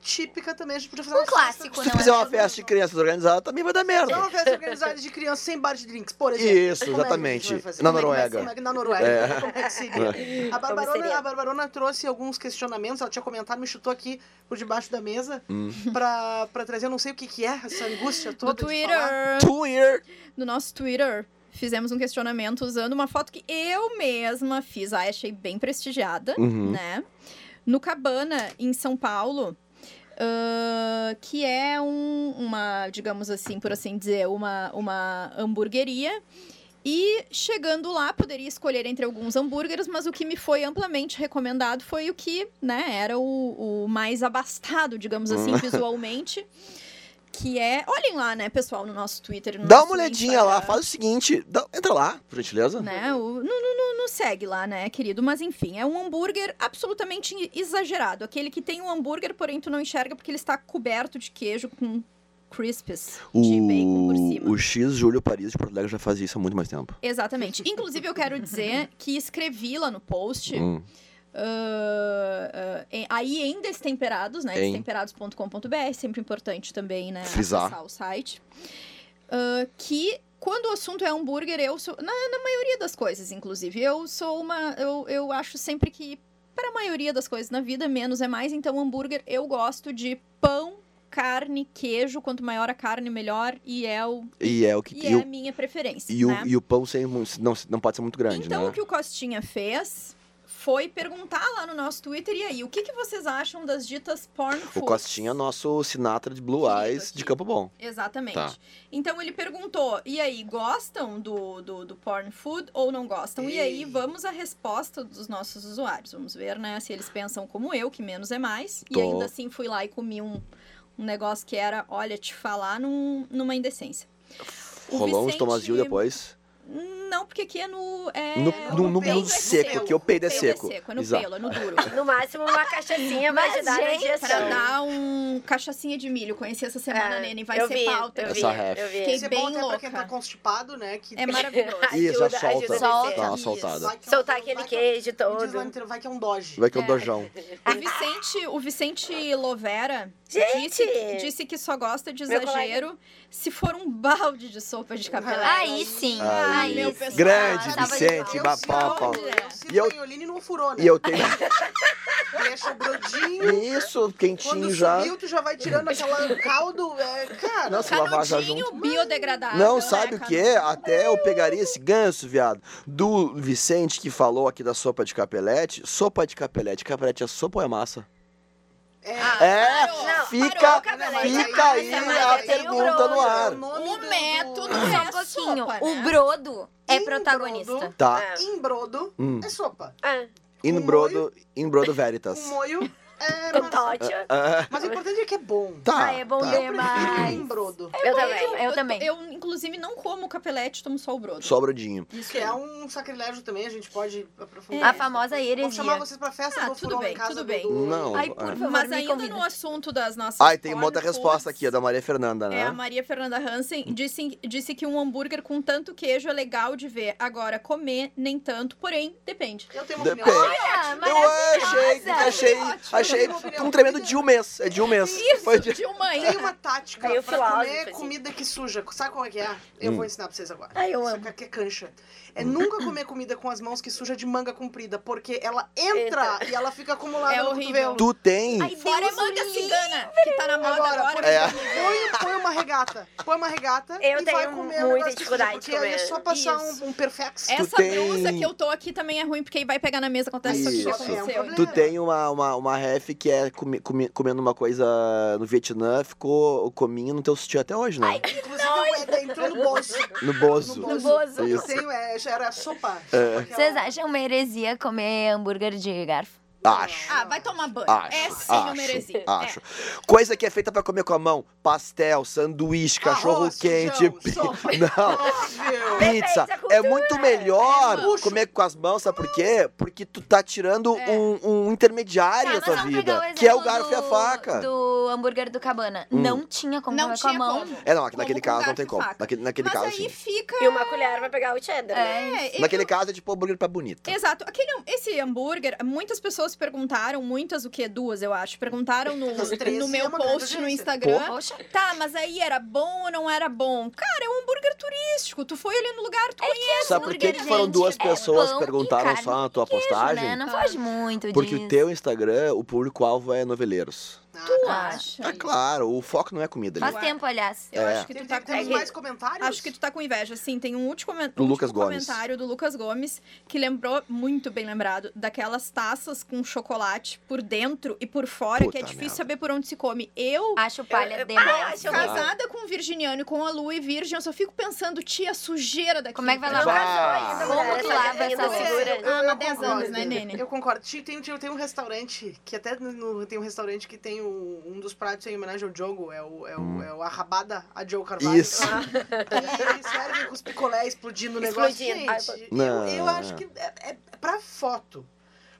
Speaker 1: típica também. A gente podia fazer
Speaker 6: Um
Speaker 1: uma
Speaker 6: clássico,
Speaker 1: festa-
Speaker 2: Se
Speaker 6: não,
Speaker 2: tu fizer
Speaker 6: é
Speaker 2: uma
Speaker 6: todo
Speaker 2: festa de
Speaker 6: mundo.
Speaker 2: crianças organizada, também vai dar
Speaker 1: É
Speaker 2: merda.
Speaker 1: uma festa organizada de criança sem bar de drinks, por exemplo.
Speaker 2: Isso,
Speaker 1: Como é que a gente
Speaker 2: exatamente.
Speaker 1: vai fazer?
Speaker 2: Na
Speaker 1: Como é que vai ser?
Speaker 2: Noruega.
Speaker 1: Como é que- na Noruega.
Speaker 2: É.
Speaker 1: Como é que seria? A Barbarona,
Speaker 4: seria?
Speaker 1: a Barbarona trouxe alguns questionamentos, ela tinha comentado, me chutou aqui por debaixo da mesa
Speaker 2: Hum.
Speaker 1: pra, pra trazer, eu não sei o que que é, essa angústia toda.
Speaker 5: Do
Speaker 1: de falar.
Speaker 5: Twitter.
Speaker 2: Twitter.
Speaker 5: No nosso Twitter, fizemos um questionamento usando uma foto que eu mesma fiz. Ai, achei bem prestigiada,
Speaker 2: Uhum.
Speaker 5: né? No Cabana, em São Paulo. ah, que é um- uma, digamos assim, por assim dizer, uma, uma hamburgueria. E chegando lá, poderia escolher entre alguns hambúrgueres, mas o que me foi amplamente recomendado foi o que, né, era o, o mais abastado, digamos
Speaker 2: Hum.
Speaker 5: assim, visualmente. Que é. Olhem lá, né, pessoal, no nosso Twitter. No
Speaker 2: Dá
Speaker 5: nosso
Speaker 2: uma olhadinha lá,
Speaker 5: Instagram
Speaker 2: faz o seguinte, dá- entra lá, por gentileza.
Speaker 5: né? O, não, não, não- não segue lá, né, querido? Mas enfim, é um hambúrguer absolutamente exagerado. Aquele que tem um hambúrguer, porém tu não enxerga porque ele está coberto de queijo com crisps de bacon por cima.
Speaker 2: O, o X Júlio Paris de Porto Alegre já fazia isso há muito mais tempo.
Speaker 5: Exatamente. Inclusive, eu quero dizer que escrevi lá no post.
Speaker 2: Hum.
Speaker 5: ah, ah, em- aí em Destemperados, né?
Speaker 2: Em.
Speaker 5: Destemperados.com.br, é sempre importante também, né?
Speaker 2: Frisar.
Speaker 5: acessar o site. Ah, que quando o assunto é hambúrguer, eu sou. Na, na maioria das coisas, inclusive. Eu sou uma. Eu, eu acho sempre que, para a maioria das coisas na vida, menos é mais. Então, hambúrguer, eu gosto de pão, carne, queijo. Quanto maior a carne, melhor. E é, o,
Speaker 2: E é o que.
Speaker 5: e
Speaker 2: E,
Speaker 5: é a
Speaker 2: o,
Speaker 5: minha preferência.
Speaker 2: e, o,
Speaker 5: né?
Speaker 2: e o pão sem, mu- não, não pode ser muito grande,
Speaker 5: Então,
Speaker 2: né?
Speaker 5: o que o Costinha fez foi perguntar lá no nosso Twitter, e aí, o que, que vocês acham das ditas porn
Speaker 2: O
Speaker 5: foods?
Speaker 2: Costinha é nosso Sinatra de Blue
Speaker 5: Querido
Speaker 2: Eyes
Speaker 5: aqui.
Speaker 2: de Campo Bom.
Speaker 5: Exatamente.
Speaker 2: Tá.
Speaker 5: Então, ele perguntou, e aí, gostam do, do, do porn food ou não gostam? E aí,
Speaker 1: Ei.
Speaker 5: vamos à resposta dos nossos usuários. Vamos ver, né, se eles pensam como eu, que menos é mais.
Speaker 2: Tô.
Speaker 5: E ainda assim, fui lá e comi um, um negócio que era, olha, te falar num- numa indecência. O
Speaker 2: Rolou uns
Speaker 5: Vicente-
Speaker 2: Tomazil depois.
Speaker 5: Não, porque aqui é no... É,
Speaker 2: No,
Speaker 1: é,
Speaker 2: no,
Speaker 1: o
Speaker 2: no,
Speaker 1: peido
Speaker 2: no
Speaker 1: é
Speaker 2: seco,
Speaker 1: seco.
Speaker 2: que o peido é
Speaker 5: pelo é
Speaker 2: seco.
Speaker 5: seco, é no
Speaker 2: Exato.
Speaker 5: pelo, é no duro.
Speaker 4: No máximo, uma cachaçinha vai
Speaker 6: Mas,
Speaker 4: ajudar na
Speaker 6: gente,
Speaker 5: Pra
Speaker 4: digestão.
Speaker 5: dar um cachaçinha de milho. Conheci essa semana,
Speaker 4: É,
Speaker 5: Nene. Vai
Speaker 4: eu
Speaker 5: ser
Speaker 4: vi,
Speaker 5: pauta.
Speaker 4: Eu vi,
Speaker 2: Essa ref.
Speaker 4: eu vi.
Speaker 5: Fiquei
Speaker 1: Isso é bom
Speaker 5: bem
Speaker 1: até pra quem
Speaker 5: louca.
Speaker 1: tá constipado, né? Que
Speaker 5: É maravilhoso.
Speaker 2: Ih, já
Speaker 4: Ajuda- ajuda
Speaker 2: solta.
Speaker 4: a
Speaker 6: Solta.
Speaker 4: descer.
Speaker 2: Dá uma
Speaker 5: Isso.
Speaker 2: soltada.
Speaker 1: que é um-
Speaker 4: Soltar aquele
Speaker 1: vai que é-
Speaker 4: queijo
Speaker 1: me diz lá,
Speaker 4: todo.
Speaker 1: então, Vai que é um doge.
Speaker 2: Vai que é um
Speaker 5: É.
Speaker 2: dojão.
Speaker 5: O Vicente, o Vicente Lovera
Speaker 4: Gente!
Speaker 5: disse, disse que só gosta de
Speaker 4: Meu
Speaker 5: exagero se for um balde de sopa de capelé.
Speaker 4: Ah,
Speaker 6: Aí sim.
Speaker 2: Aí,
Speaker 6: Aí,
Speaker 5: meu
Speaker 6: sim.
Speaker 5: pessoal.
Speaker 2: Grande
Speaker 6: Ah,
Speaker 1: um
Speaker 6: tava
Speaker 2: Vicente
Speaker 6: legal.
Speaker 2: Bapapa.
Speaker 5: Olha.
Speaker 1: Eu
Speaker 2: E eu-
Speaker 1: cito Iolini no furô, né?
Speaker 2: E eu tenho.
Speaker 1: Deixa o é brodinho.
Speaker 2: Isso,
Speaker 1: Quando
Speaker 2: quentinho já.
Speaker 1: subiu, tu já vai tirando aquela caldo. É, cara,
Speaker 2: Nossa, lavar já junto.
Speaker 5: Canudinho biodegradável.
Speaker 2: Não,
Speaker 5: né,
Speaker 2: sabe o que
Speaker 5: canudo?
Speaker 2: é? Até eu pegaria esse ganso, viado, do Vicente que falou aqui da sopa de capelete. Sopa de capelete. Capelete é sopa ou é massa?
Speaker 1: é,
Speaker 2: É,
Speaker 5: Ah, parou.
Speaker 4: Não,
Speaker 2: fica,
Speaker 4: parou, capelete é
Speaker 2: fica
Speaker 4: massa,
Speaker 2: aí
Speaker 4: mas é
Speaker 2: a
Speaker 4: aí
Speaker 2: pergunta no ar.
Speaker 1: é O nome
Speaker 5: O
Speaker 1: do-
Speaker 5: Um método
Speaker 1: do-
Speaker 5: é
Speaker 6: Só um pouquinho.
Speaker 5: sopa,
Speaker 6: O
Speaker 5: né?
Speaker 6: Brodo é
Speaker 1: Sim,
Speaker 6: protagonista.
Speaker 1: Brodo.
Speaker 2: Tá,
Speaker 4: É.
Speaker 1: Embrodo
Speaker 2: hum.
Speaker 1: é sopa.
Speaker 4: Ah,
Speaker 2: in
Speaker 1: molho.
Speaker 2: brodo, in brodo
Speaker 1: O
Speaker 2: veritas.
Speaker 1: moio é
Speaker 4: Com
Speaker 1: maçã.
Speaker 4: tótia.
Speaker 2: Ah,
Speaker 1: Mas o importante é que é bom.
Speaker 2: tá,
Speaker 6: Ah, é bom
Speaker 2: tá.
Speaker 1: Eu
Speaker 6: demais.
Speaker 1: prefiro o embrodo.
Speaker 4: Eu também.
Speaker 6: Eu também.
Speaker 5: Eu, inclusive, não como capelete, tomo só o brodo.
Speaker 2: Sobradinho.
Speaker 1: Isso que é um sacrilégio também, a gente pode aprofundar.
Speaker 6: É, A
Speaker 1: isso.
Speaker 6: famosa
Speaker 1: Vou é. chamar
Speaker 6: heresia.
Speaker 1: vocês pra festa
Speaker 5: Ah,
Speaker 1: do
Speaker 5: tudo
Speaker 1: furão
Speaker 5: bem,
Speaker 1: em casa
Speaker 5: tudo
Speaker 1: do-
Speaker 5: bem.
Speaker 1: do-
Speaker 2: Não.
Speaker 6: Ai, por favor,
Speaker 5: né? Mas
Speaker 6: me
Speaker 5: ainda
Speaker 6: convida.
Speaker 5: no assunto das nossas
Speaker 2: Ai, tem uma
Speaker 5: porn
Speaker 2: outra
Speaker 5: foods,
Speaker 2: resposta aqui, a da Maria Fernanda,
Speaker 5: É, a
Speaker 2: né?
Speaker 5: Maria Fernanda Hansen disse, disse que um hambúrguer com tanto queijo é legal de ver. Agora, comer, nem tanto, porém, depende.
Speaker 1: Eu tenho uma
Speaker 2: Depende.
Speaker 1: opinião.
Speaker 6: Ah,
Speaker 2: Eu achei,
Speaker 6: maravilhosa.
Speaker 2: achei,
Speaker 5: Ótimo.
Speaker 2: achei um tremendo de um mês. É de um mês. Foi de...
Speaker 5: de uma
Speaker 1: Tem uma tática
Speaker 4: Meio
Speaker 1: pra
Speaker 4: filósofo,
Speaker 1: comer
Speaker 4: assim.
Speaker 1: comida que suja. Sabe qual é que é? Eu
Speaker 2: Hum.
Speaker 1: vou ensinar pra vocês agora.
Speaker 4: Ai, eu
Speaker 1: Isso
Speaker 4: amo.
Speaker 1: aqui é cancha. É nunca comer comida com as mãos que suja de manga comprida, porque ela entra, e ela fica acumulada
Speaker 5: É
Speaker 1: no
Speaker 5: horrível.
Speaker 1: cotovelo.
Speaker 2: Tu tem
Speaker 6: Ai,
Speaker 5: Fora
Speaker 6: Deus
Speaker 5: a manga
Speaker 6: me
Speaker 5: cigana, que tá na moda
Speaker 1: Agora,
Speaker 5: agora.
Speaker 1: por
Speaker 2: É.
Speaker 1: Põe, põe uma regata. Põe uma regata
Speaker 4: Eu
Speaker 1: e vai
Speaker 4: tenho
Speaker 1: comer o
Speaker 4: muita
Speaker 1: negócio que suja,
Speaker 4: dificuldade de
Speaker 1: Porque aí é
Speaker 4: comer.
Speaker 1: só passar
Speaker 5: Isso.
Speaker 1: um, um perfex.
Speaker 5: Essa
Speaker 2: tem-
Speaker 5: blusa que eu tô aqui também é ruim, porque aí vai pegar na mesa, acontece isso,
Speaker 2: Isso.
Speaker 5: isso
Speaker 1: É
Speaker 5: que
Speaker 1: um
Speaker 5: aconteceu.
Speaker 1: problema.
Speaker 2: Tu tem uma, uma, uma ref que é comi- comi- comendo uma coisa no Vietnã, ficou cominho no teu sutiã até hoje, né?
Speaker 1: Inclusive, o
Speaker 5: é
Speaker 1: Eda entrou no bolso.
Speaker 2: no bolso.
Speaker 1: No
Speaker 6: bolso.
Speaker 1: Eu
Speaker 2: Isso.
Speaker 1: tenho, é, já era sopa.
Speaker 2: É,
Speaker 1: Aquela-
Speaker 6: Vocês acham uma heresia comer hambúrguer de garfo?
Speaker 2: Acho.
Speaker 5: Ah, vai tomar banho.
Speaker 2: Acho,
Speaker 5: é sim
Speaker 2: acho,
Speaker 5: uma heresia.
Speaker 2: Acho. Coisa que é feita pra comer com a mão: pastel, sanduíche, cachorro
Speaker 1: Arroz,
Speaker 2: quente.
Speaker 1: feijão, Ah,
Speaker 2: pi-
Speaker 1: sopa.
Speaker 2: Não,
Speaker 1: Óbvio.
Speaker 2: pizza.
Speaker 4: Depende da
Speaker 2: É
Speaker 4: cultura.
Speaker 2: muito melhor
Speaker 1: É, mano.
Speaker 2: comer com as mãos, sabe por quê? Porque porque tu tá tirando
Speaker 5: É.
Speaker 2: um, um intermediário
Speaker 6: Tá,
Speaker 2: da tua
Speaker 6: vamos pegar
Speaker 2: vida,
Speaker 6: o
Speaker 2: que é o
Speaker 6: exemplo
Speaker 2: garfo e a
Speaker 6: do-
Speaker 2: faca.
Speaker 6: Do hambúrguer do cabana.
Speaker 2: Hum.
Speaker 6: Não tinha como
Speaker 5: Não
Speaker 6: comer
Speaker 5: tinha
Speaker 6: com a mão.
Speaker 5: como.
Speaker 2: É, não, aqui
Speaker 5: Como
Speaker 2: naquele
Speaker 5: com
Speaker 2: caso não
Speaker 5: garfo
Speaker 2: tem
Speaker 5: e
Speaker 2: como.
Speaker 5: faca.
Speaker 2: Naquele, naquele
Speaker 5: Mas
Speaker 2: caso,
Speaker 5: aí
Speaker 2: sim.
Speaker 5: fica.
Speaker 4: E uma colher vai pegar o cheddar. né?
Speaker 6: É.
Speaker 5: É,
Speaker 2: Naquele caso é tipo hambúrguer pra bonita.
Speaker 5: Exato. Aquele, esse hambúrguer, muitas pessoas perguntaram, muitas o quê? Duas, eu acho. Perguntaram no,
Speaker 1: As três
Speaker 5: no
Speaker 1: é
Speaker 5: meu
Speaker 1: uma
Speaker 5: post
Speaker 1: grande
Speaker 5: no
Speaker 1: agência.
Speaker 5: Instagram.
Speaker 6: Poxa,
Speaker 5: Tá, mas aí era bom ou não era bom? Cara, é um hambúrguer turístico. Tu foi ali no lugar, tu conhece.
Speaker 2: Sabe por que,
Speaker 6: hambúrguer,
Speaker 2: que foram
Speaker 6: gente,
Speaker 2: duas
Speaker 6: é
Speaker 2: pessoas
Speaker 6: pão e
Speaker 2: perguntaram
Speaker 6: carne
Speaker 2: só na tua
Speaker 6: queijo,
Speaker 2: postagem?
Speaker 6: né? Não foge muito
Speaker 2: Porque
Speaker 6: disso.
Speaker 2: o teu Instagram, o público-alvo é noveleiros.
Speaker 1: Ah,
Speaker 5: Tu
Speaker 1: tá.
Speaker 5: acha?
Speaker 2: Tá claro, o foco não é comida ali.
Speaker 6: Faz tempo, aliás.
Speaker 5: Eu
Speaker 2: É.
Speaker 5: acho que tu
Speaker 1: Tem-
Speaker 5: tá com
Speaker 1: Temos
Speaker 4: É que-
Speaker 1: mais comentários?
Speaker 5: Acho que tu tá com inveja, sim. Tem um último, comen-
Speaker 2: Do
Speaker 5: último
Speaker 2: Lucas Gomes.
Speaker 5: comentário do Lucas Gomes que lembrou, muito bem lembrado, daquelas taças com chocolate por dentro e por fora, que é
Speaker 2: Puta
Speaker 5: difícil
Speaker 2: merda.
Speaker 5: saber por onde se come. Eu,
Speaker 6: Acho palha
Speaker 4: eu-
Speaker 6: demais.
Speaker 4: Ah,
Speaker 5: casada com um virginiano e com a lua e virgem, eu só fico pensando, tia, sujeira daqui. Tá
Speaker 6: Como é que vai
Speaker 4: Não
Speaker 2: Vai.
Speaker 6: lavar?
Speaker 4: casou ainda,
Speaker 2: Como
Speaker 4: mulher,
Speaker 6: tu
Speaker 4: essa
Speaker 6: lava
Speaker 4: galinha
Speaker 6: essa
Speaker 4: não
Speaker 1: É,
Speaker 6: figura?
Speaker 4: segura.
Speaker 1: eu-
Speaker 5: Ah,
Speaker 1: eu
Speaker 5: mas 10
Speaker 1: concordo.
Speaker 5: anos, né, Nene?
Speaker 1: Eu concordo. Ti- Tem, tem, tem um restaurante, que até no- tem um restaurante que tem o- um dos pratos em homenagem ao Diogo, é o, é o,
Speaker 2: Hum.
Speaker 1: é o Arrabada a Diogo Carvalho.
Speaker 2: Isso.
Speaker 1: Ah. E eles servem com os picolés explodindo o negócio.
Speaker 4: Explodindo.
Speaker 1: Gente, eu,
Speaker 2: Não,
Speaker 1: eu
Speaker 2: não.
Speaker 1: acho que é, é pra foto.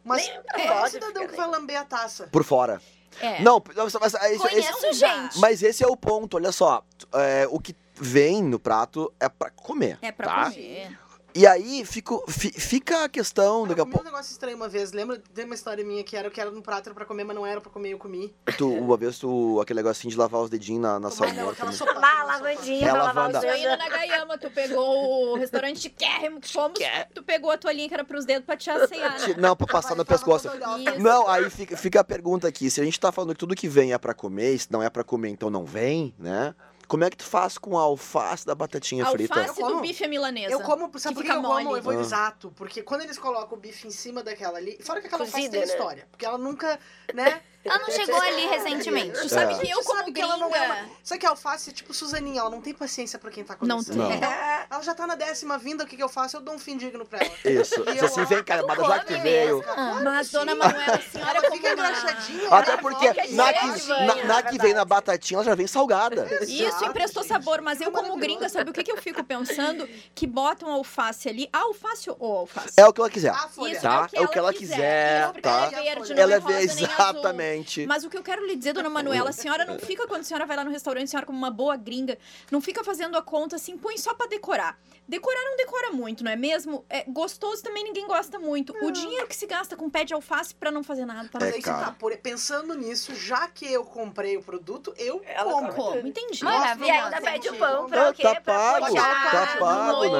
Speaker 1: Mas
Speaker 4: pra
Speaker 1: é o
Speaker 4: foto,
Speaker 1: cidadão
Speaker 4: fica
Speaker 1: que vai lamber a taça.
Speaker 2: Por fora.
Speaker 6: É.
Speaker 2: Não, mas, mas- esse- um esse-
Speaker 6: Conheço
Speaker 5: Não dá.
Speaker 6: gente.
Speaker 2: mas esse é o ponto, olha só. É, o que vem no prato é pra comer.
Speaker 5: É pra
Speaker 2: Tá.
Speaker 5: comer.
Speaker 2: E aí fica, o- fi- fica a questão, daqui
Speaker 1: Eu
Speaker 2: a
Speaker 1: comi um
Speaker 2: pouco.
Speaker 1: negócio estranho uma vez, lembra? Tem uma história minha que era o que era no prato, era pra comer, mas não era pra comer, eu comi.
Speaker 2: Tu, uma vez tu, aquele negocinho de lavar os dedinhos na, né? na
Speaker 1: Tomar, não,
Speaker 2: salmoura.
Speaker 1: aquela
Speaker 2: também.
Speaker 1: sopa.
Speaker 4: Lá,
Speaker 1: aquela sopa.
Speaker 4: lavandinha,
Speaker 2: É
Speaker 4: pra lavar
Speaker 2: lavanda.
Speaker 4: os
Speaker 5: Tu ainda
Speaker 4: dedos.
Speaker 5: na Gaiama, tu pegou o restaurante Kerrimo que fomos, tu pegou a toalhinha que era pros dedos pra te aceiar, né?
Speaker 2: Não, pra passar no
Speaker 1: Tava toda
Speaker 2: pescoço.
Speaker 1: olhosa.
Speaker 5: Isso.
Speaker 2: Não, aí fica, fica a pergunta aqui. Se a gente tá falando que tudo que vem é pra comer, e se não é pra comer, então não vem, né? Como é que tu faz com a alface da batatinha frita?
Speaker 1: Eu
Speaker 5: Alface é do
Speaker 1: como.
Speaker 5: bife à milanesa.
Speaker 1: Eu como, sabe por que
Speaker 5: fica
Speaker 1: eu como?
Speaker 5: mole.
Speaker 1: Eu vou
Speaker 2: Ah.
Speaker 1: exato, porque quando eles colocam o bife em cima daquela ali, fora que aquela faz
Speaker 4: Cozida,
Speaker 1: tem
Speaker 4: né?
Speaker 1: história, porque ela nunca, né?
Speaker 6: Ela não
Speaker 2: um
Speaker 6: chegou ali recentemente.
Speaker 5: Tu sabe
Speaker 2: É.
Speaker 5: que eu
Speaker 1: Você
Speaker 5: como né?
Speaker 1: sabe que ela não é
Speaker 5: gringa-
Speaker 1: uma- Só que a alface é tipo Suzaninha, ela não tem paciência pra quem tá começando.
Speaker 2: Não tem.
Speaker 1: Então,
Speaker 5: É.
Speaker 1: ela já tá na décima vinda, o que que eu faço? Eu dou um fim digno pra ela.
Speaker 2: Isso.
Speaker 1: E
Speaker 2: Diz
Speaker 1: eu
Speaker 2: assim, vem, cara, mas já que tu
Speaker 6: come
Speaker 2: veio.
Speaker 1: Claro
Speaker 5: é. Ah, Mas,
Speaker 1: que
Speaker 5: dona
Speaker 1: sim.
Speaker 5: Manuela, a senhora
Speaker 1: Ela
Speaker 5: como
Speaker 1: fica
Speaker 5: uma-
Speaker 1: engraxadinha.
Speaker 2: Até
Speaker 1: ela é
Speaker 2: porque
Speaker 1: come,
Speaker 2: na
Speaker 1: ela é
Speaker 2: que,
Speaker 4: Nath-
Speaker 1: come.
Speaker 2: na,
Speaker 4: é
Speaker 2: na que vem na batatinha, ela já vem salgada.
Speaker 5: Isso,
Speaker 1: Exato,
Speaker 5: emprestou
Speaker 1: gente. é
Speaker 5: sabor, mas eu como
Speaker 1: Maravilhoso.
Speaker 5: gringa, sabe o que, que eu fico pensando? Que botam alface ali, a alface ou alface?
Speaker 2: É o que ela quiser.
Speaker 1: A folha.
Speaker 5: Isso,
Speaker 2: Tá,
Speaker 5: é o que ela quiser, Isso, porque
Speaker 2: tá?
Speaker 5: Ela é verde, não
Speaker 2: Ela
Speaker 5: é
Speaker 2: é
Speaker 5: rosa, nem azul.
Speaker 2: exatamente.
Speaker 5: Mas o que eu quero lhe dizer, dona Manuela, a senhora não fica quando a senhora vai lá no restaurante, a senhora como uma boa gringa, não fica fazendo a conta assim, põe só pra decorar. Decorar não decora muito, não é mesmo? É, gostoso também ninguém gosta muito. O dinheiro que se gasta com pé de alface pra não fazer nada, pra
Speaker 1: Mas
Speaker 5: não
Speaker 2: É,
Speaker 1: aí que
Speaker 2: cara.
Speaker 1: tá, por- pensando nisso, já que eu comprei o produto, eu
Speaker 5: tá
Speaker 4: Ela
Speaker 1: como.
Speaker 5: como. Entendi.
Speaker 1: Nossa,
Speaker 4: E
Speaker 6: Maravilhosa.
Speaker 4: ainda
Speaker 1: Nossa,
Speaker 4: pede o
Speaker 1: gente.
Speaker 4: pão pra
Speaker 2: Tá-
Speaker 4: o quê?
Speaker 2: tá
Speaker 4: pra
Speaker 2: pago,
Speaker 4: puxar,
Speaker 2: tá pago,
Speaker 4: no
Speaker 2: né?
Speaker 4: molhinho,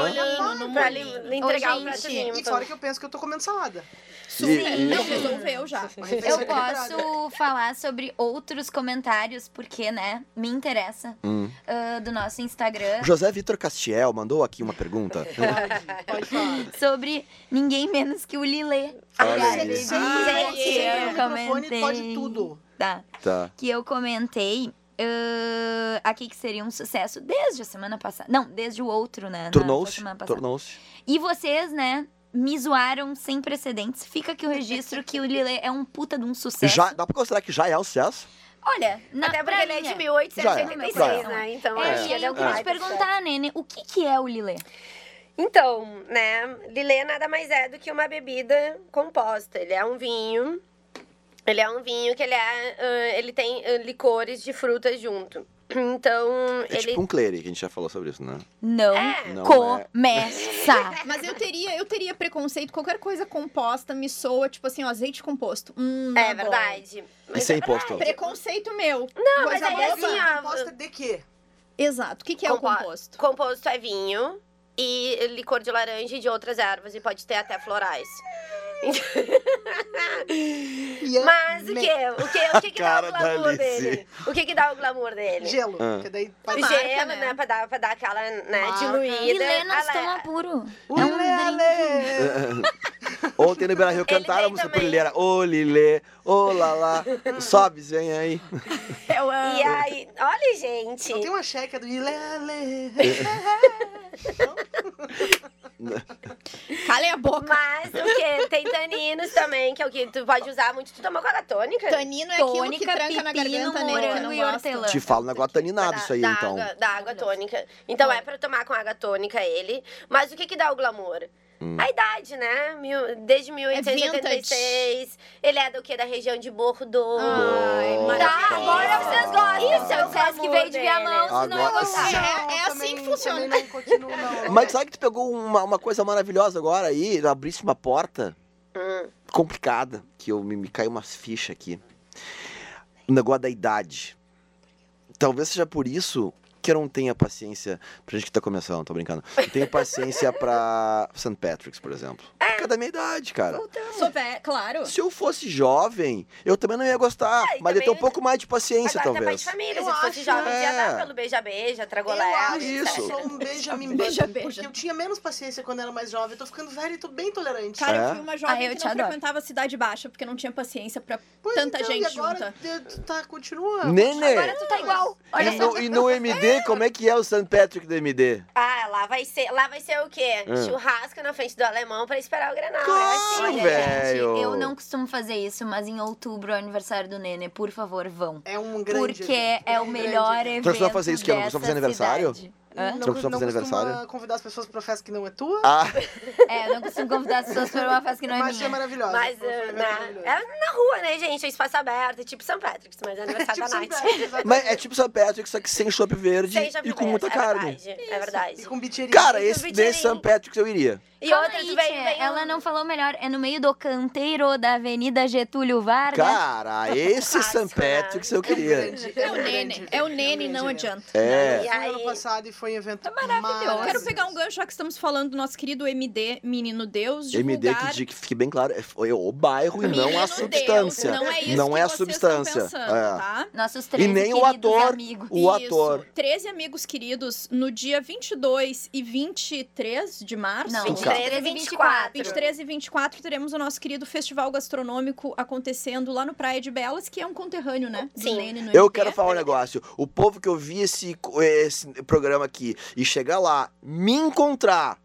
Speaker 5: No
Speaker 4: Pra
Speaker 5: molhinho.
Speaker 4: lhe- lhe entregar
Speaker 6: Ô,
Speaker 4: o pratozinho.
Speaker 1: E fora que eu penso que eu tô comendo salada.
Speaker 5: Super.
Speaker 2: E-
Speaker 5: Não,
Speaker 2: e-
Speaker 5: resolveu já.
Speaker 1: Uma
Speaker 2: é
Speaker 1: refeição
Speaker 6: Eu
Speaker 2: um
Speaker 6: posso falar sobre outros comentários, porque, né, me interessa,
Speaker 2: Hum.
Speaker 6: ah, do nosso Instagram.
Speaker 2: O José Vitor Castiel mandou aqui uma pergunta.
Speaker 1: Pode falar.
Speaker 6: Sobre ninguém menos que o Lilê.
Speaker 2: Olha
Speaker 6: Aliás,
Speaker 2: aí.
Speaker 6: gente,
Speaker 4: Ah, é?
Speaker 1: Sempre,
Speaker 6: que
Speaker 1: sempre
Speaker 6: eu
Speaker 1: no microfone, pode
Speaker 6: comentei.
Speaker 1: tudo.
Speaker 6: Tá.
Speaker 2: Tá.
Speaker 6: Que eu comentei ah, aqui que seria um sucesso desde a semana passada. Não, desde o outro, né? na- da
Speaker 2: Tornou-se.
Speaker 6: semana passada.
Speaker 2: Tornou-se.
Speaker 6: E vocês, né, me zoaram sem precedentes. Fica aqui o registro que o Lilê é um puta de um sucesso.
Speaker 2: Já, dá pra considerar que já é um sucesso?
Speaker 6: Olha, na,
Speaker 4: Até
Speaker 6: pra
Speaker 4: porque ele é
Speaker 6: mim
Speaker 4: de
Speaker 6: Já é.
Speaker 4: 1886, né? Então,
Speaker 6: É,
Speaker 4: acho que
Speaker 6: e aí
Speaker 4: ele é
Speaker 6: eu
Speaker 4: um
Speaker 6: queria te
Speaker 4: craque.
Speaker 6: perguntar, Nene, o que que é o Lilê?
Speaker 4: Então, né, Lilê nada mais é do que uma bebida composta. Ele é um vinho. Ele é um vinho que ele é, ah, ele tem ah, licores de frutas junto. Então,
Speaker 2: É
Speaker 4: ele
Speaker 2: tipo um clery, que a gente já falou sobre isso, né?
Speaker 6: Não
Speaker 2: Não é.
Speaker 6: começa.
Speaker 5: Mas eu teria, eu teria preconceito, qualquer coisa composta me soa, tipo assim, ó, azeite composto. Hum,
Speaker 4: é
Speaker 5: tá bom.
Speaker 4: verdade.
Speaker 2: E
Speaker 4: Mas
Speaker 2: sem
Speaker 4: é
Speaker 2: imposto.
Speaker 5: Preconceito meu.
Speaker 4: Não, mas
Speaker 1: Coisa
Speaker 4: aí
Speaker 1: boa,
Speaker 4: assim, ó,
Speaker 1: Composta de quê?
Speaker 5: Exato. O que, que é
Speaker 4: Compo-
Speaker 5: o composto?
Speaker 4: Composto é vinho e licor de laranja e de outras ervas e pode ter até florais.
Speaker 1: E
Speaker 4: Mas o que? O que, o que, que dá
Speaker 2: Cara
Speaker 4: o
Speaker 2: da
Speaker 4: glamour
Speaker 2: Alice.
Speaker 4: dele? O que, que dá o glamour dele?
Speaker 1: Gelo.
Speaker 2: Ah.
Speaker 1: Porque daí
Speaker 5: Uma
Speaker 4: Gelo,
Speaker 5: marca,
Speaker 4: né?
Speaker 5: né?
Speaker 4: Pra, dar, pra dar aquela né,
Speaker 1: Marca.
Speaker 4: diluída.
Speaker 6: Lilê não
Speaker 4: Ah, lá,
Speaker 6: toma puro.
Speaker 1: Ui,
Speaker 6: É um
Speaker 1: lele.
Speaker 2: Ontem no Beira Rio
Speaker 4: Ele
Speaker 2: cantaram a
Speaker 4: tem
Speaker 2: música
Speaker 4: também.
Speaker 2: brilheira. Ô, Lilê, ô, Lala. Sobe, vem aí.
Speaker 5: Eu amo.
Speaker 4: E aí, olha, gente.
Speaker 1: Não tem uma checa do Ilele.
Speaker 2: É,
Speaker 5: Calem a boca.
Speaker 4: Mas o que? Tem taninos também, que é o que tu pode usar muito. Tu toma cola tônica?
Speaker 5: Tanino é aquilo que
Speaker 6: Tônica,
Speaker 5: tranca na
Speaker 6: pepino,
Speaker 5: garganta, né? Que eu
Speaker 6: morango
Speaker 5: não
Speaker 6: e
Speaker 5: gosto.
Speaker 6: hortelã.
Speaker 2: Te falo, negócio taninado
Speaker 4: Da-
Speaker 2: isso aí,
Speaker 4: da
Speaker 2: então.
Speaker 4: Água, da água
Speaker 6: Maravilhoso.
Speaker 4: tônica. Então é pra tomar com água tônica ele. Mas o que que dá o glamour?
Speaker 2: Hum.
Speaker 4: A idade, né? Mil- desde
Speaker 1: É
Speaker 4: 1886. ele é do que? Da região de Bordeaux.
Speaker 1: Ah.
Speaker 5: Ai,
Speaker 2: Nossa.
Speaker 6: Tá,
Speaker 5: maravilhoso.
Speaker 6: agora vocês gostam.
Speaker 4: Isso é o
Speaker 6: Confesso que
Speaker 4: glamour
Speaker 6: veio de Viamão,
Speaker 4: dele.
Speaker 6: senão eu
Speaker 2: Agora-
Speaker 6: gostava.
Speaker 5: É- é assim que funciona.
Speaker 1: também não continuo, não.
Speaker 2: Mas sabe que tu pegou uma, uma coisa maravilhosa agora aí? Tu abriste uma porta
Speaker 4: Hum.
Speaker 2: complicada, que eu me, me caiu umas fichas aqui. O negócio da idade. Talvez seja por isso que eu não tenha paciência pra gente que tá começando, tô brincando. Não tenho paciência pra St. Patrick's, por exemplo. Por causa da minha idade, cara.
Speaker 5: Sou pé, claro.
Speaker 2: Se eu fosse jovem, eu também não ia gostar.
Speaker 4: Ah, e
Speaker 2: mas ia ter um
Speaker 4: também-
Speaker 2: pouco mais de paciência,
Speaker 4: Agora tá pai
Speaker 2: talvez.
Speaker 4: de família.
Speaker 1: Eu
Speaker 4: Se tu fosse
Speaker 1: acho,
Speaker 4: jovem,
Speaker 2: é.
Speaker 4: já dá pelo beija-beija,
Speaker 1: Eu
Speaker 4: tragolé.
Speaker 1: acho
Speaker 2: Isso.
Speaker 1: que eu sou um Benjamin
Speaker 5: Beija,
Speaker 1: Button,
Speaker 5: beija.
Speaker 1: porque eu tinha menos paciência quando era mais jovem. Eu tô ficando velha e tô bem tolerante.
Speaker 5: Cara,
Speaker 2: É?
Speaker 5: eu fui uma jovem
Speaker 6: Ah, eu
Speaker 5: que
Speaker 6: te
Speaker 5: não
Speaker 6: adoro.
Speaker 5: frequentava a Cidade Baixa, porque não tinha paciência pra
Speaker 1: Pois
Speaker 5: tanta
Speaker 1: então,
Speaker 5: gente
Speaker 1: e agora
Speaker 5: junta.
Speaker 1: eh, tu tá continuando.
Speaker 2: Nenê!
Speaker 6: Agora tu tá igual. Olha
Speaker 2: Né, E
Speaker 6: só.
Speaker 2: no, e no MD, como é que é o St. Patrick do MD?
Speaker 4: Ah, lá vai ser, lá vai ser o quê?
Speaker 2: Hum.
Speaker 4: Churrasco na frente do alemão pra esperar o Grenal.
Speaker 2: Claro,
Speaker 4: é assim, né,
Speaker 2: velho.
Speaker 6: Gente,
Speaker 2: Velho.
Speaker 6: eu não costumo fazer isso, mas em outubro é o aniversário do Nene. Por favor, vão.
Speaker 1: É um grande.
Speaker 6: Porque
Speaker 1: evento,
Speaker 6: é o
Speaker 1: um
Speaker 6: melhor
Speaker 1: grande evento.
Speaker 6: evento.
Speaker 2: Então você vai fazer isso que eu não costumo
Speaker 6: dessa
Speaker 2: fazer aniversário?
Speaker 6: cidade.
Speaker 1: Não,
Speaker 6: Hã?
Speaker 2: Você não costuma fazer
Speaker 1: costuma
Speaker 2: aniversário?
Speaker 1: convidar as pessoas pra festa que não é tua,
Speaker 2: Ah,
Speaker 6: É, eu não costumo convidar as pessoas para uma festa que não é
Speaker 1: mas é
Speaker 6: minha.
Speaker 1: maravilhosa.
Speaker 4: Mas
Speaker 1: Foi um
Speaker 4: eh,
Speaker 1: evento
Speaker 4: na,
Speaker 1: maravilhoso.
Speaker 4: é na rua, né, gente? É espaço aberto, é tipo São Patrick's, mas é aniversário
Speaker 1: Tipo
Speaker 4: da
Speaker 1: São
Speaker 4: Night.
Speaker 1: Pedro, exatamente.
Speaker 2: mas é tipo St. Patrick, só que sem chopp verde
Speaker 4: Sem chapéu,
Speaker 2: e com muita
Speaker 4: é
Speaker 2: carne.
Speaker 4: Verdade, é verdade.
Speaker 1: E com bicheirinha.
Speaker 2: Cara,
Speaker 4: E com
Speaker 2: esse
Speaker 4: bicheirinho.
Speaker 2: desse St. Patrick eu iria.
Speaker 4: E
Speaker 6: Calma
Speaker 4: outra,
Speaker 6: aí,
Speaker 4: tu vem,
Speaker 6: tia,
Speaker 4: vem um-
Speaker 6: Ela não falou melhor. É no meio do canteiro da Avenida Getúlio
Speaker 5: né?
Speaker 6: Vargas.
Speaker 5: Tá
Speaker 2: Cara, esse
Speaker 4: Clássico,
Speaker 2: St. Patrick eu
Speaker 1: É um
Speaker 2: queria.
Speaker 1: grande-
Speaker 5: É o
Speaker 1: um grande
Speaker 5: Nene,
Speaker 1: evento,
Speaker 5: é o
Speaker 1: um
Speaker 5: Nene,
Speaker 1: grande
Speaker 5: não
Speaker 1: evento.
Speaker 5: adianta.
Speaker 2: É.
Speaker 1: Eu fui ano
Speaker 4: aí-
Speaker 1: passado e foi um evento
Speaker 6: maravilhoso.
Speaker 5: Eu quero pegar um gancho, já que estamos falando do nosso querido MD, Menino Deus,
Speaker 2: MD, que,
Speaker 5: divulgar...
Speaker 2: di- que fique bem claro, é foi o bairro e não
Speaker 5: Menino
Speaker 2: a
Speaker 5: Deus,
Speaker 2: substância.
Speaker 5: não é isso
Speaker 2: Não
Speaker 5: que
Speaker 2: é a
Speaker 5: vocês estão
Speaker 2: substância,
Speaker 5: pensando,
Speaker 2: é.
Speaker 5: tá?
Speaker 6: Nossos
Speaker 2: E
Speaker 6: três
Speaker 2: nem o ator, o ator.
Speaker 5: 13 amigos queridos no dia 22 e 23 de março.
Speaker 6: Não,
Speaker 2: Vinte e quatro.
Speaker 6: 23 e 24.
Speaker 5: 23 e 24 teremos o nosso querido festival gastronômico acontecendo lá no Praia de Belas, que é um conterrâneo, né? Do
Speaker 4: Sim.
Speaker 5: Nene no
Speaker 2: Eu
Speaker 5: MD.
Speaker 2: quero falar um negócio. O povo que eu vi esse, co- esse programa aqui e chegar lá, me encontrar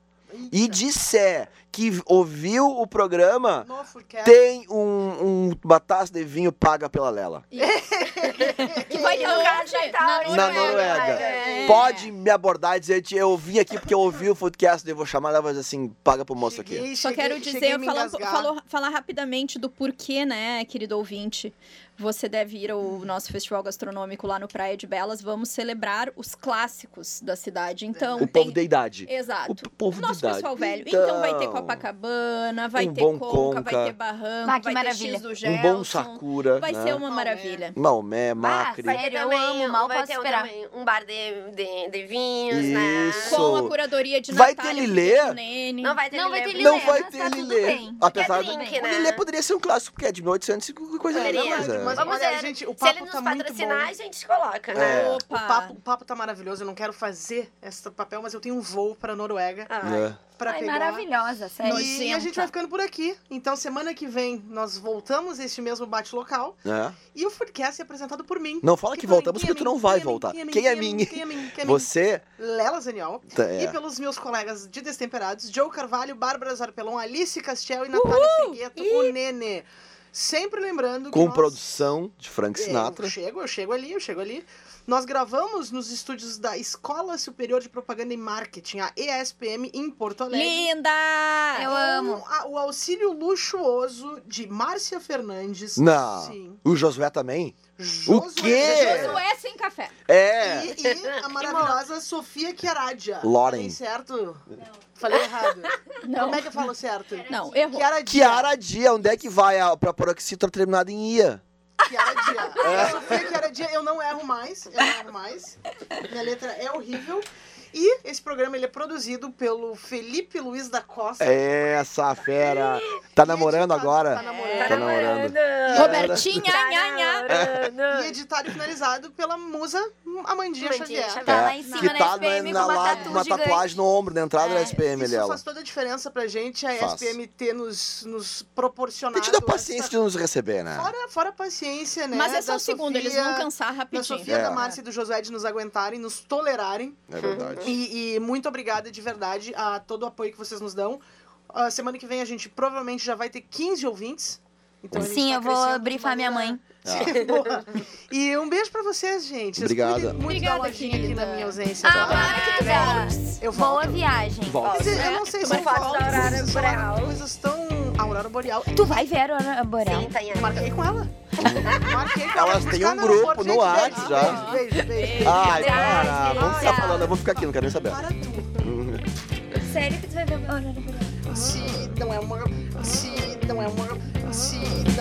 Speaker 2: e disser que ouviu o programa,
Speaker 1: No Foodcast.
Speaker 2: tem um, um- uma taça de vinho paga pela Lela.
Speaker 5: Que vai ter lugar né?
Speaker 4: Casa Tauro,
Speaker 2: Na Noruega.
Speaker 4: né?
Speaker 5: É.
Speaker 2: Pode me abordar e dizer, "Tia, eu vim aqui porque eu ouvi o podcast, daí eu vou chamar ela e vai dizer assim, paga pro moço aqui.
Speaker 1: Cheguei,
Speaker 5: Só quero
Speaker 1: cheguei- cheguei a
Speaker 5: dizer,
Speaker 1: me
Speaker 5: falar, um po-
Speaker 1: engasgar.
Speaker 5: falou- falar rapidamente do porquê, né, querido ouvinte, você deve ir ao nosso festival gastronômico lá no Praia de Belas. Vamos celebrar os clássicos da cidade. Então,
Speaker 2: O
Speaker 5: tem...
Speaker 2: povo da idade.
Speaker 5: Exato.
Speaker 2: O p- povo da
Speaker 5: Nosso
Speaker 2: idade.
Speaker 5: pessoal velho. Então, vai ter Copacabana, vai
Speaker 2: um
Speaker 5: ter
Speaker 2: bom
Speaker 5: Conca, vai
Speaker 2: Conca.
Speaker 5: ter Barranco,
Speaker 6: Ah, que
Speaker 5: vai ter
Speaker 6: maravilha.
Speaker 5: X do Gelson.
Speaker 2: Um bom Sakura.
Speaker 5: Vai
Speaker 2: né?
Speaker 5: ser um uma
Speaker 1: Palmeiras.
Speaker 5: maravilha.
Speaker 2: Maomé, Macri.
Speaker 6: vai- Sério, eu amo, mal
Speaker 4: vai
Speaker 6: posso
Speaker 4: ter Então, um
Speaker 6: esperar.
Speaker 4: também, Um bar de, de, de vinhos, né?
Speaker 2: Isso.
Speaker 5: Com a curadoria de
Speaker 2: Vai ter
Speaker 5: Natália
Speaker 2: Lilê?
Speaker 5: do Nene.
Speaker 4: Não vai ter
Speaker 6: Não vai ter
Speaker 4: Lilé.
Speaker 2: não
Speaker 6: Lilé,
Speaker 2: vai
Speaker 6: mas
Speaker 2: ter
Speaker 6: tá tudo
Speaker 2: Lilê.
Speaker 6: bem.
Speaker 2: Apesar
Speaker 4: Porque é
Speaker 2: do.
Speaker 4: drink,
Speaker 2: O
Speaker 4: né?
Speaker 2: Lilê poderia ser um clássico, porque é de noite antes coisa
Speaker 1: É,
Speaker 4: Poderia,
Speaker 2: nenhuma,
Speaker 1: mas,
Speaker 2: mas é.
Speaker 1: mas
Speaker 4: Vamos
Speaker 1: olha,
Speaker 4: ver.
Speaker 1: gente, o
Speaker 4: Se
Speaker 1: papo
Speaker 4: ele
Speaker 1: tá
Speaker 4: nos
Speaker 1: muito bom.
Speaker 4: patrocinar, a gente coloca,
Speaker 2: É.
Speaker 4: né?
Speaker 1: O
Speaker 5: Opa!
Speaker 1: papo, o papo tá maravilhoso, eu não quero fazer esse papel, mas eu tenho um voo pra Noruega
Speaker 4: Ai.
Speaker 2: É.
Speaker 1: pra
Speaker 6: Ai, É
Speaker 1: pegar.
Speaker 6: maravilhosa, sério.
Speaker 1: E, a gente vai ficando por aqui. Então, semana que vem, nós voltamos a este mesmo bate-local.
Speaker 2: É.
Speaker 1: E o Foodcast é apresentado por mim.
Speaker 2: Não fala que,
Speaker 1: por-
Speaker 2: voltamos,
Speaker 1: quem é
Speaker 2: porque tu
Speaker 1: mim?
Speaker 2: não vai
Speaker 1: Quem é mim?
Speaker 2: voltar.
Speaker 1: Quem é mim?
Speaker 2: Quem é mim?
Speaker 1: Quem é mim? Quem é mim?
Speaker 2: Você.
Speaker 1: Lela Zaniol.
Speaker 2: tá,
Speaker 1: E
Speaker 2: é.
Speaker 1: pelos meus colegas de Destemperados, Joe Carvalho, Bárbara Zarpelon, Alice Castel e Natália Frigueto, o Nene. Sempre lembrando que
Speaker 2: Com
Speaker 1: nós...
Speaker 2: produção de Frank
Speaker 1: É,
Speaker 2: Sinatra.
Speaker 1: Eu chego, eu chego ali, eu chego ali. Nós gravamos nos estúdios da Escola Superior de Propaganda e Marketing, a ESPM, em Porto Alegre.
Speaker 5: Linda!
Speaker 6: Eu
Speaker 1: Com
Speaker 6: amo.
Speaker 1: a- o auxílio luxuoso de Márcia Fernandes.
Speaker 2: Não.
Speaker 1: Sim.
Speaker 2: O Josué também?
Speaker 1: Josué-
Speaker 2: quê?
Speaker 1: Josué
Speaker 5: Josué sem café.
Speaker 2: É!
Speaker 1: E, e a maravilhosa Sofia Chiaradia.
Speaker 2: Lauren.
Speaker 1: Falei certo? Falei errado.
Speaker 5: Não,
Speaker 1: Como é que eu falo certo?
Speaker 5: não, errou.
Speaker 1: Chiaradia.
Speaker 2: Kiara Dia, onde é que vai a, pra Paroxítona terminada em Ia?
Speaker 1: Chiaradia.
Speaker 2: É.
Speaker 1: Eu Sofia Chiaradia, eu não erro mais. Eu não erro mais. Minha letra é horrível. E esse programa ele é produzido pelo Felipe Luiz da Costa.
Speaker 2: É, essa fera. Tá namorando
Speaker 1: Editado- Tá
Speaker 2: agora?
Speaker 1: namorando.
Speaker 2: Tá namorando.
Speaker 5: Robertinha,
Speaker 4: Tá
Speaker 5: nha, nha. Tá
Speaker 1: E
Speaker 4: namorando.
Speaker 1: editado e finalizado pela musa Amandinha
Speaker 4: Amandinha
Speaker 1: Xavier.
Speaker 4: Xavier.
Speaker 6: Tá
Speaker 2: É,
Speaker 6: lá em cima
Speaker 2: que
Speaker 6: na
Speaker 2: tá
Speaker 6: SPM
Speaker 2: na,
Speaker 6: com uma
Speaker 2: lá-
Speaker 6: tatu
Speaker 2: uma
Speaker 6: gigante.
Speaker 2: tatuagem no ombro, na entrada da
Speaker 6: É.
Speaker 2: SPM
Speaker 1: Isso
Speaker 2: dela.
Speaker 1: faz toda a diferença pra gente, a
Speaker 2: Faz.
Speaker 1: SPM ter nos, nos proporcionado.
Speaker 2: Tem tido a
Speaker 1: essa-
Speaker 2: paciência de nos receber, né?
Speaker 1: Fora, fora a paciência, né?
Speaker 5: Mas é só
Speaker 1: da
Speaker 5: um segundo, eles
Speaker 1: Sofia-
Speaker 5: vão cansar
Speaker 1: Da
Speaker 5: rapidinho.
Speaker 1: Sofia,
Speaker 2: É.
Speaker 1: da Márcia e do Josué de nos aguentarem, nos tolerarem.
Speaker 2: É verdade.
Speaker 1: E, e muito obrigada de verdade a todo o apoio que vocês nos dão. Ah, semana que vem a gente provavelmente já vai ter 15 ouvintes. Então a gente
Speaker 6: Sim,
Speaker 1: tá
Speaker 6: eu vou
Speaker 1: crescendo de
Speaker 6: brifar minha
Speaker 1: maneira-
Speaker 6: mãe.
Speaker 1: Boa. E um beijo pra vocês, gente. Vocês
Speaker 2: Obrigado.
Speaker 1: cuidem Muito
Speaker 5: Obrigada,
Speaker 1: da lojinha aqui na
Speaker 5: querida.
Speaker 1: minha ausência.
Speaker 6: Ah,
Speaker 1: tá?
Speaker 6: claro que tu volta.
Speaker 1: eu volto.
Speaker 6: Boa viagem.
Speaker 2: Volta.
Speaker 1: Mas eu não sei se eu
Speaker 4: Tomar foto
Speaker 1: volto,
Speaker 4: da aurora
Speaker 1: vocês
Speaker 4: boreal.
Speaker 1: falaram coisas tão... Aurora Boreal.
Speaker 6: Tu vai ver a Aurora Boreal.
Speaker 4: Sim, tá Tayane.
Speaker 1: Eu Marquei com ela. Marquei com ela.
Speaker 2: Elas têm um
Speaker 1: Buscar na
Speaker 2: grupo
Speaker 1: aeroporto,
Speaker 2: no
Speaker 1: gente,
Speaker 2: Whats
Speaker 1: beijo,
Speaker 2: já. Ah,
Speaker 1: Beijo, beijo, beijo.
Speaker 2: Ai,
Speaker 6: Tchau,
Speaker 2: para. Vamos ficar
Speaker 6: tchau.
Speaker 2: falando. Eu vou ficar aqui, não quero nem saber.
Speaker 1: Para tu.
Speaker 6: Sério que tu vai ver a Aurora Boreal?
Speaker 1: Se não é uma... Se não é uma... Se